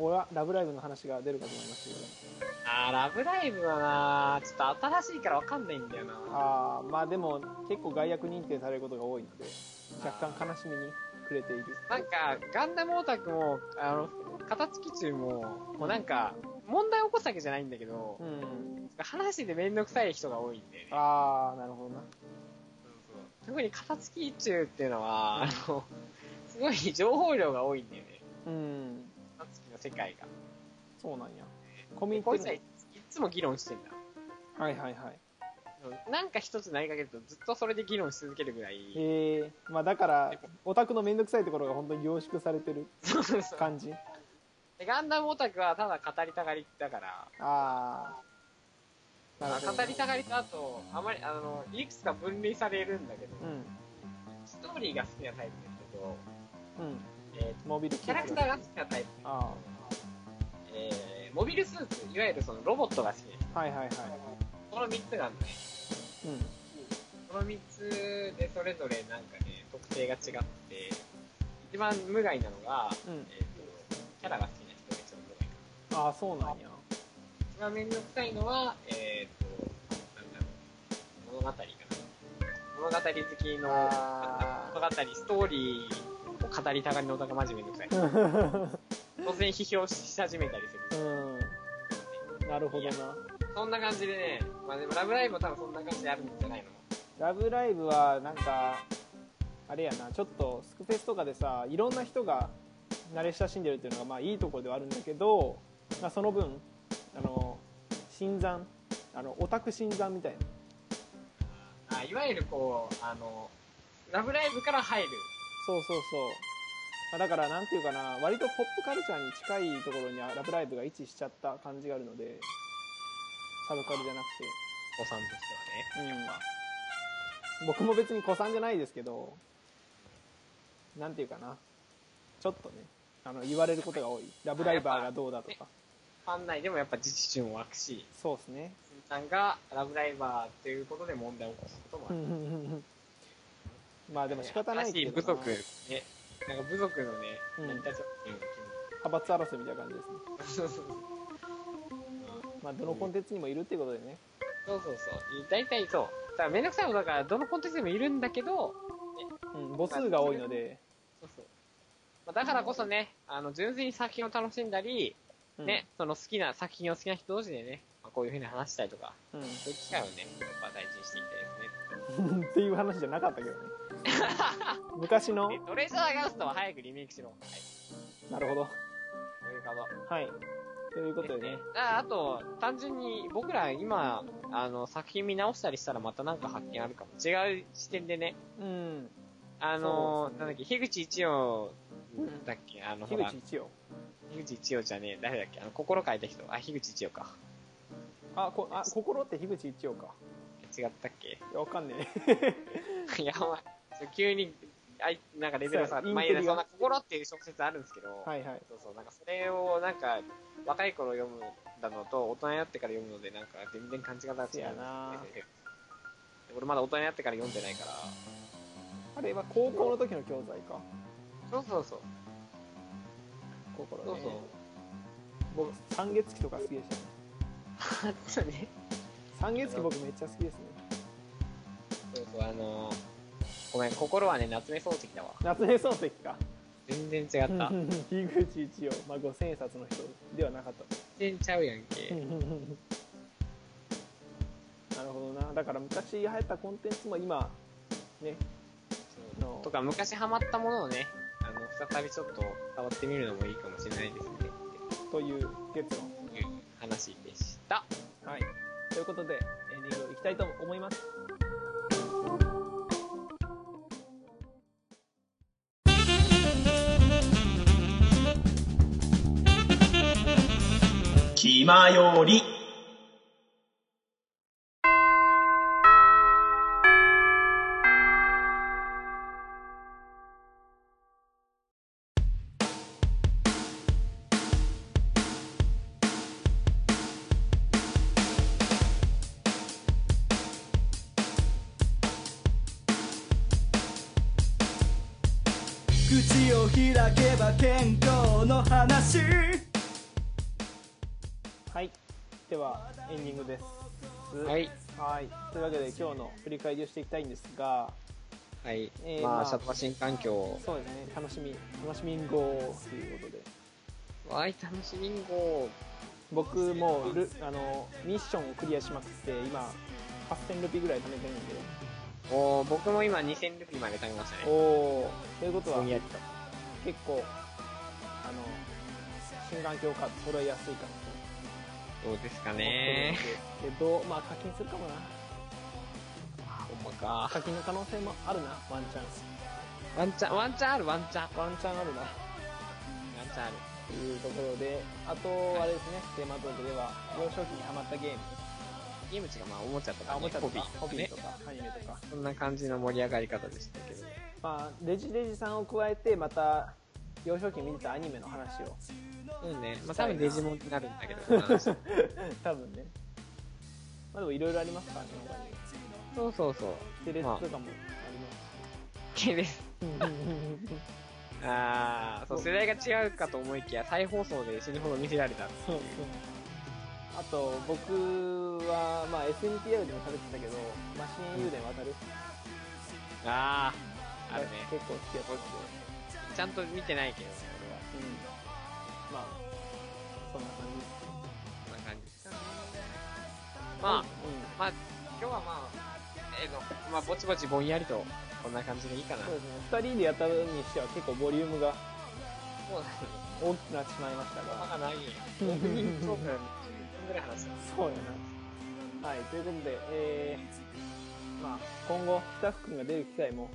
B: 俺は「ラブライブ!」の話が出るかと思いましたけど
A: あー、ラブライブはなちょっと新しいからわかんないんだよな
B: ああまあでも結構外役認定されることが多いので若干悲しみに暮れている
A: なんか、ガンダムオタクも、あの、肩付き中も、もうなんか、問題起こすわけじゃないんだけど
B: う、ん
A: 話しててめんどくさい人が多いんで、ね。
B: ああなるほどな
A: 特に肩付き中っていうのは、あの、すごい情報量が多いんだよね。
B: うん
A: 肩付きの世界が。
B: そうなんやコミュニ
A: こいつは
B: テ
A: いつも議論してんだ。
B: ィはいはいはい
A: なんか一つ投げかけるとずっとそれで議論し続けるぐらい、
B: ええまあだからオタクの面倒くさいところが本当に凝縮されてる
A: そうそうそう
B: 感じ
A: でガンダムオタクはただ語りたがりだから、
B: ああ
A: まあ語りたがりとあと、あまり、あの、いくつか分類されるんだけど、
B: うん
A: ストーリーが好きなタイプの
B: うん
A: 人と、え
B: モビル
A: ーキャラクターが好きなタイプの人
B: あ
A: えーモビルスーツ、いわゆるそのロボットが好きな人。
B: はいはいはい
A: この3つがあるのね。
B: うん
A: この3つでそれぞれなんかね、特性が違って、一番無害なのが、
B: うん
A: えっ、と、キャラが好きな人が一番無害なの。
B: ああそうなんや
A: 一番面倒くさいのは、えっ、と、なんだろう、物語かな。物語好きの、
B: あー
A: 物語、ストーリーを語りたがりのオタクマジめんどくさい。突然批評し始めたりす
B: う
A: る。
B: んなるほどな
A: そんな感じでね、まあでもラブライブも多分そんな感じであるんじゃないの
B: ラブライブはなんかあれやなちょっとスクフェスとかでさいろんな人が慣れ親しんでるっていうのがまあいいところではあるんだけど、まあ、その分あの新参あのオタク新参みたいな
A: あ、いわゆるこう、あの、ラブライブから入る。
B: そうそうそう、まあだからなんていうかな割とポップカルチャーに近いところにラブライブが位置しちゃった感じがあるのでサブカルじゃなく
A: お子さんとして
B: て、うん、僕も別に子さんじゃないですけどなんていうかなちょっとねあの言われることが多い「ラブライバーがどうだ」とか
A: はね。ファン内でもやっぱ自治心も湧くし、
B: そうで すね
A: さんがラブライバーっていうことで問題を起こすこともある。
B: まあでも仕方ないけ
A: 新しい部
B: どな
A: 族ねなんか部族のね
B: うん
A: 成り立ち
B: 派閥争いみたいな感じですね
A: そうそう
B: まあどのコンテンツにもいるっていうことでね
A: そうそう大体そうだからめんどくさいことだからどのコンテンツでもいるんだけど
B: うん母数が多いので
A: そうそうまあだからこそね、あの、純粋に作品を楽しんだり、
B: うん
A: ね、その好きな、作品を好きな人同士でね、まあ、こういう風に話したりとか、
B: うん
A: そういう機会をね、やっぱ大事にしていきたいですね。
B: っていう話じゃなかった けどね昔の
A: でトレジャーガーストは早くリメイクしろ。はい。
B: なるほど
A: ということ。
B: はいということでね。
A: ああと、単純に僕ら今、あの、作品見直したりしたらまたなんか発見あるかも。違う視点でね、
B: うん。
A: あの
B: そう
A: ー、
B: ですね
A: なんだっけ、樋口一葉だっけ、あの、ほ
B: 樋
A: ら
B: 口、一葉。
A: 樋口一葉じゃねえ、誰だっけ、あの、心変えた人。あ、樋口一葉か。
B: あ、こあ心って樋口一葉か。
A: 違ったっ け
B: いや、わかんねえ。
A: いや、お前、そう急に、あい、なんかレベルさ、
B: そう
A: まあ、
B: イ
A: い
B: ンテリ
A: や、
B: が
A: そんな心っていう小説あるんですけど、
B: はいはい。
A: そうそう、なんかそれをなんか、若い頃読むだのと、大人になってから読むので、なんか全然感じ方が違うんです
B: せやな
A: ね。俺まだ大人になってから読んでないから。
B: あれは高校の時の教材か。
A: そうそうそう。
B: 心ね。
A: そうそう。
B: 僕、三月期とか好きでしたね。
A: あったね。
B: 三月期僕めっちゃ好きですね。
A: そうそう、あのー、ごめん、心はね、夏目漱石だわ。
B: 夏目漱石か。
A: 全然違った。
B: 樋口一葉。まあ、五千円札の人ではなかった。
A: 全然ちゃうやんけ。
B: なるほどなだから昔流行ったコンテンツも今ね
A: そうとか、昔ハマったものをね、あの、再びちょっと触ってみるのもいいかもしれないですね。
B: という結論
A: っていう話でした。
B: はいということでエンディングいきたいと思います
C: 気まより。
D: 口を開けば健康の話
B: はいではエンディングです
A: はい。
B: はいというわけで今日の振り返りをしていきたいんですが
A: はい。
B: えーま
A: ま
B: あ
A: あ、シャトバ新環境。
B: そうですね楽しみ楽しみんごということで
A: わーい、楽しみんご。
B: 僕もうルあのミッションをクリアしまくって今8000ルピーぐらい貯めてるんで
A: おー僕も今2000ルピーまで貯めました
B: お
A: ね。
B: おーということは
A: ぼんやりと
B: 結構あの新眼鏡か揃いやすいかなと思って
A: どうですか
B: ます
A: ね。
B: けど、まあ課金するかもな
A: あ、ほんまか。
B: 課金の可能性もあるなワンチャン
A: ワンチャン、ワンチャンある、ワンチャン。ワン
B: ワンチャンあるな
A: チャンある。
B: というところであとあれですねテーマトークでは幼少期にハマったゲーム
A: ゲーム違う、まあ、おもちゃとか、
B: あ
A: ね、
B: おもちゃとか
A: ホ
B: ホ
A: ビ
B: ビ
A: ー
B: ー
A: と
B: と
A: かね。
B: かアニメとか、
A: そんな感じの盛り上がり方でしたけど。
B: まあ、レジレジさんを加えてまた幼少期に見てたアニメの話を
A: そうね。まあ、
B: した
A: 多
B: いな
A: 分デジモンになるんだけど、この 話
B: 多分ねまあでもいろいろありますからね他に
A: そうそうそう。
B: テレス
A: まあ
B: とかもありますし
A: 系です。ああ、そう、世代が違うかと思いきや、再放送で死ぬほど見せられた。
B: そうそうあと僕は、まあ、SNTR でも食べてたけどマシン油田渡る
A: ああ、あるね。
B: 結構好きやったんで
A: ちゃんと見てないけどね、
B: うんまあそんな感じです
A: 俺は。そんな感じですかね。まあ、
B: う
A: まあ、今日はまあ、えーの、まあ、ぼちぼちぼんやりと、こんな感じでいいかな。
B: んそうですね2人でやったにしては結構ボリュームが
A: そうだね。
B: 大きくなってしまいました
A: まだ
B: が
A: ないよ。オープニングトークなんで10分ぐらい話した。
B: そうやなはいということで、えーまあ、今後北福君が出る機会も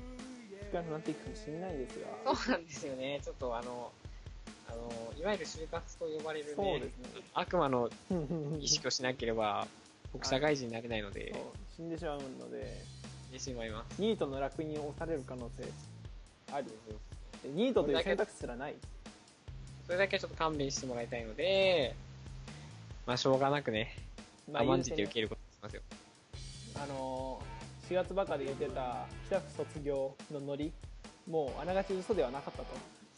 B: 少なくなっていくかもしれないですが
A: そうなんですよね。ちょっとあの、あの、いわゆる就活と呼ばれるね、
B: そうですね
A: 悪魔の意 識をしなければ、僕社会人になれないので
B: そう、死んでしまうので
A: 死んでしまいます。
B: ニートの楽印を押される可能性あるでニートという選択肢すらない
A: それだけはちょっと勘弁してもらいたいので、まあ、しょうがなくね、甘んじて受けることにしますよ。
B: あのー4月ばかり言ってた北区卒業のノリもうあながち嘘ではなかったと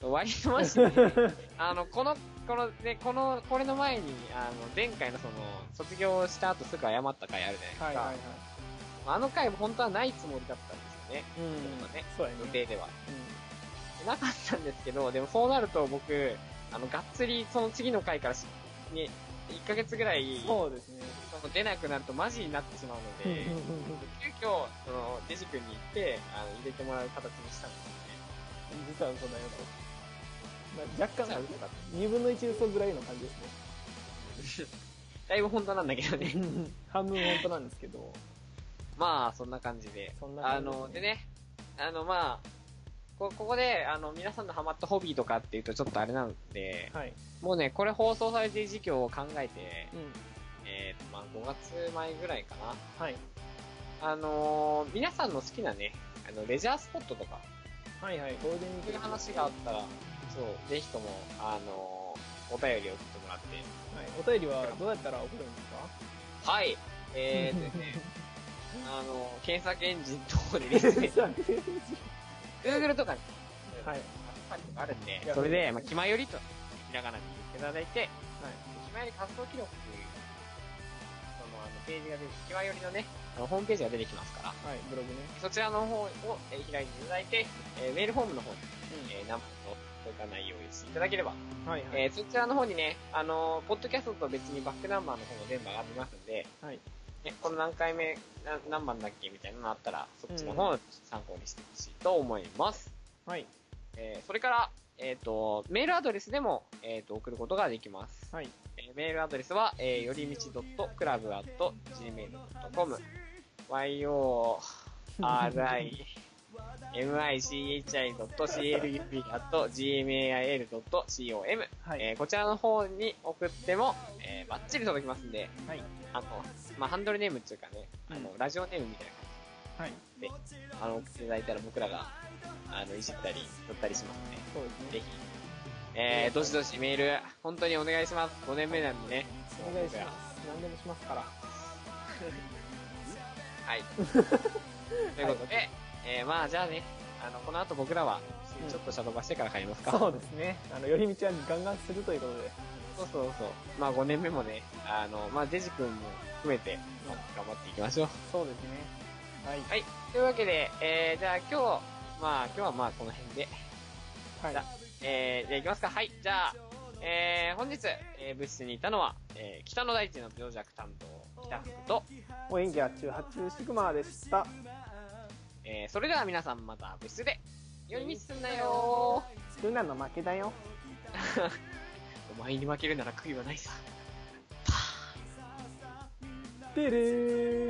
A: そう割とマジで、 あの、この、この、ね、この、これの前に、あの、前回のその、卒業した後すぐ謝った回あるじゃないですか。あの回も本当はないつもりだったんですよね、
B: うん
A: そうだね
B: そうやね
A: 予定では。なかったんですけど、でもそうなると僕、あの、がっつりその次の回からし、ね、1ヶ月ぐらい、
B: うん
A: そ
B: そうですね
A: の出なくなるとマジになってしまうので、急遽、その、デジ君に行って、あの、入れてもらう形にしたんですよね。
B: 実は嘘だよと、まあ、若干
A: 実は嘘だっ
B: 2分の1嘘ぐらいの感じですね
A: だいぶ本当なんだけどね。
B: 半分本当なんですけど、
A: まあ、そんな感じで。
B: そんな感じ
A: あ
B: です
A: の、
B: ね
A: でね、あの、まあ、こここで、あの、皆さんのハマったホビーとかっていうとちょっとあれなので、
B: はい。
A: もうね、これ放送されてる時期を考えて、
B: うん。
A: えっ、と、まあ、5月前ぐらいかな。
B: はい。
A: あのー皆さんの好きなね、あの、レジャースポットとか、
B: はいはい。ゴールデンウィー
A: そう
B: ク
A: いう話があったら、そう、ぜひとも、あのーお便りを送ってもらって、
B: はい。お便りはどうやったら送るんですか
A: はい、え ー、とね、あのー検索エンジン等でです ね、Google とかに、
B: はい。
A: あるんで
B: いや、
A: それで、まあ、気まよりと、ひらがなに言っていただいて、
B: はい。
A: 気まより活動記録っていう、その、あの、ページが出て、気まよりのね、あの、ホームページが出てきますから、
B: はい。ブログね。
A: そちらの方を、えー開いていただいて、えーメールフォームの方に、
B: うん
A: えー、何分とかないようにしていただければ、
B: はいはい。
A: えーそちらの方にね、あのーポッドキャストと別にバックナンバーの方も全部上がってますんで、
B: はい。
A: ね、この何回目、な何番だっけみたいなのあったら、そっちの方を参考にしてほしいと思います。
B: はい。
A: えーそれから、えっ、と、メールアドレスでも、えっ、と、送ることができます。
B: はい。
A: えーメールアドレスは、えー、よりみち .club.gmail.com yorimichi.club.gmail.com、
B: はい。
A: えーこちらの方に送っても、えー、バッチリ届きますんで、
B: はい。
A: あの、まあ、ハンドルネームっていうかね、あの、
B: うん
A: ラジオネームみたい
B: はい。
A: な感じで、あの、送っていただいたら僕らが、あの、いじったり、取ったりしますね。
B: そうです
A: ぜ
B: ね。
A: ひ。えー、どしどしメール、本当にお願いします。5年目なんでね。
B: お願いします。何でもしますから。
A: はい。ということで、えー、まあじゃあね、あの、この後僕らは
B: うん、
A: ちょっとシャドーバしてから帰りますか。
B: そうですね。あの、寄り道はガンガンするということで。
A: そうそうそう。まあ5年目もね、あの、まあデジ君も含めて、まあ頑張っていきましょう。
B: そうですね。はい。
A: はい。というわけで、えー、じゃあ今日、まあ今日はまあこの辺で、
B: はい。
A: じゃあえー、じゃあ行きますか。はい。じゃあ、えー、本日、えー、物質にいたのは、えー、北の大地の病弱担当、北福と、
B: お演技は中発注シグマでした。
A: えー、それでは皆さんまた部室で、より道すんなよ
B: ルナの負けだよ。
A: ーお前に負けるなら悔いはないさ。
B: てれ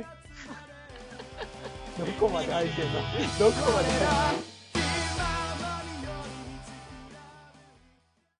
B: ー。どこまで入ってんのどこまで入ってんの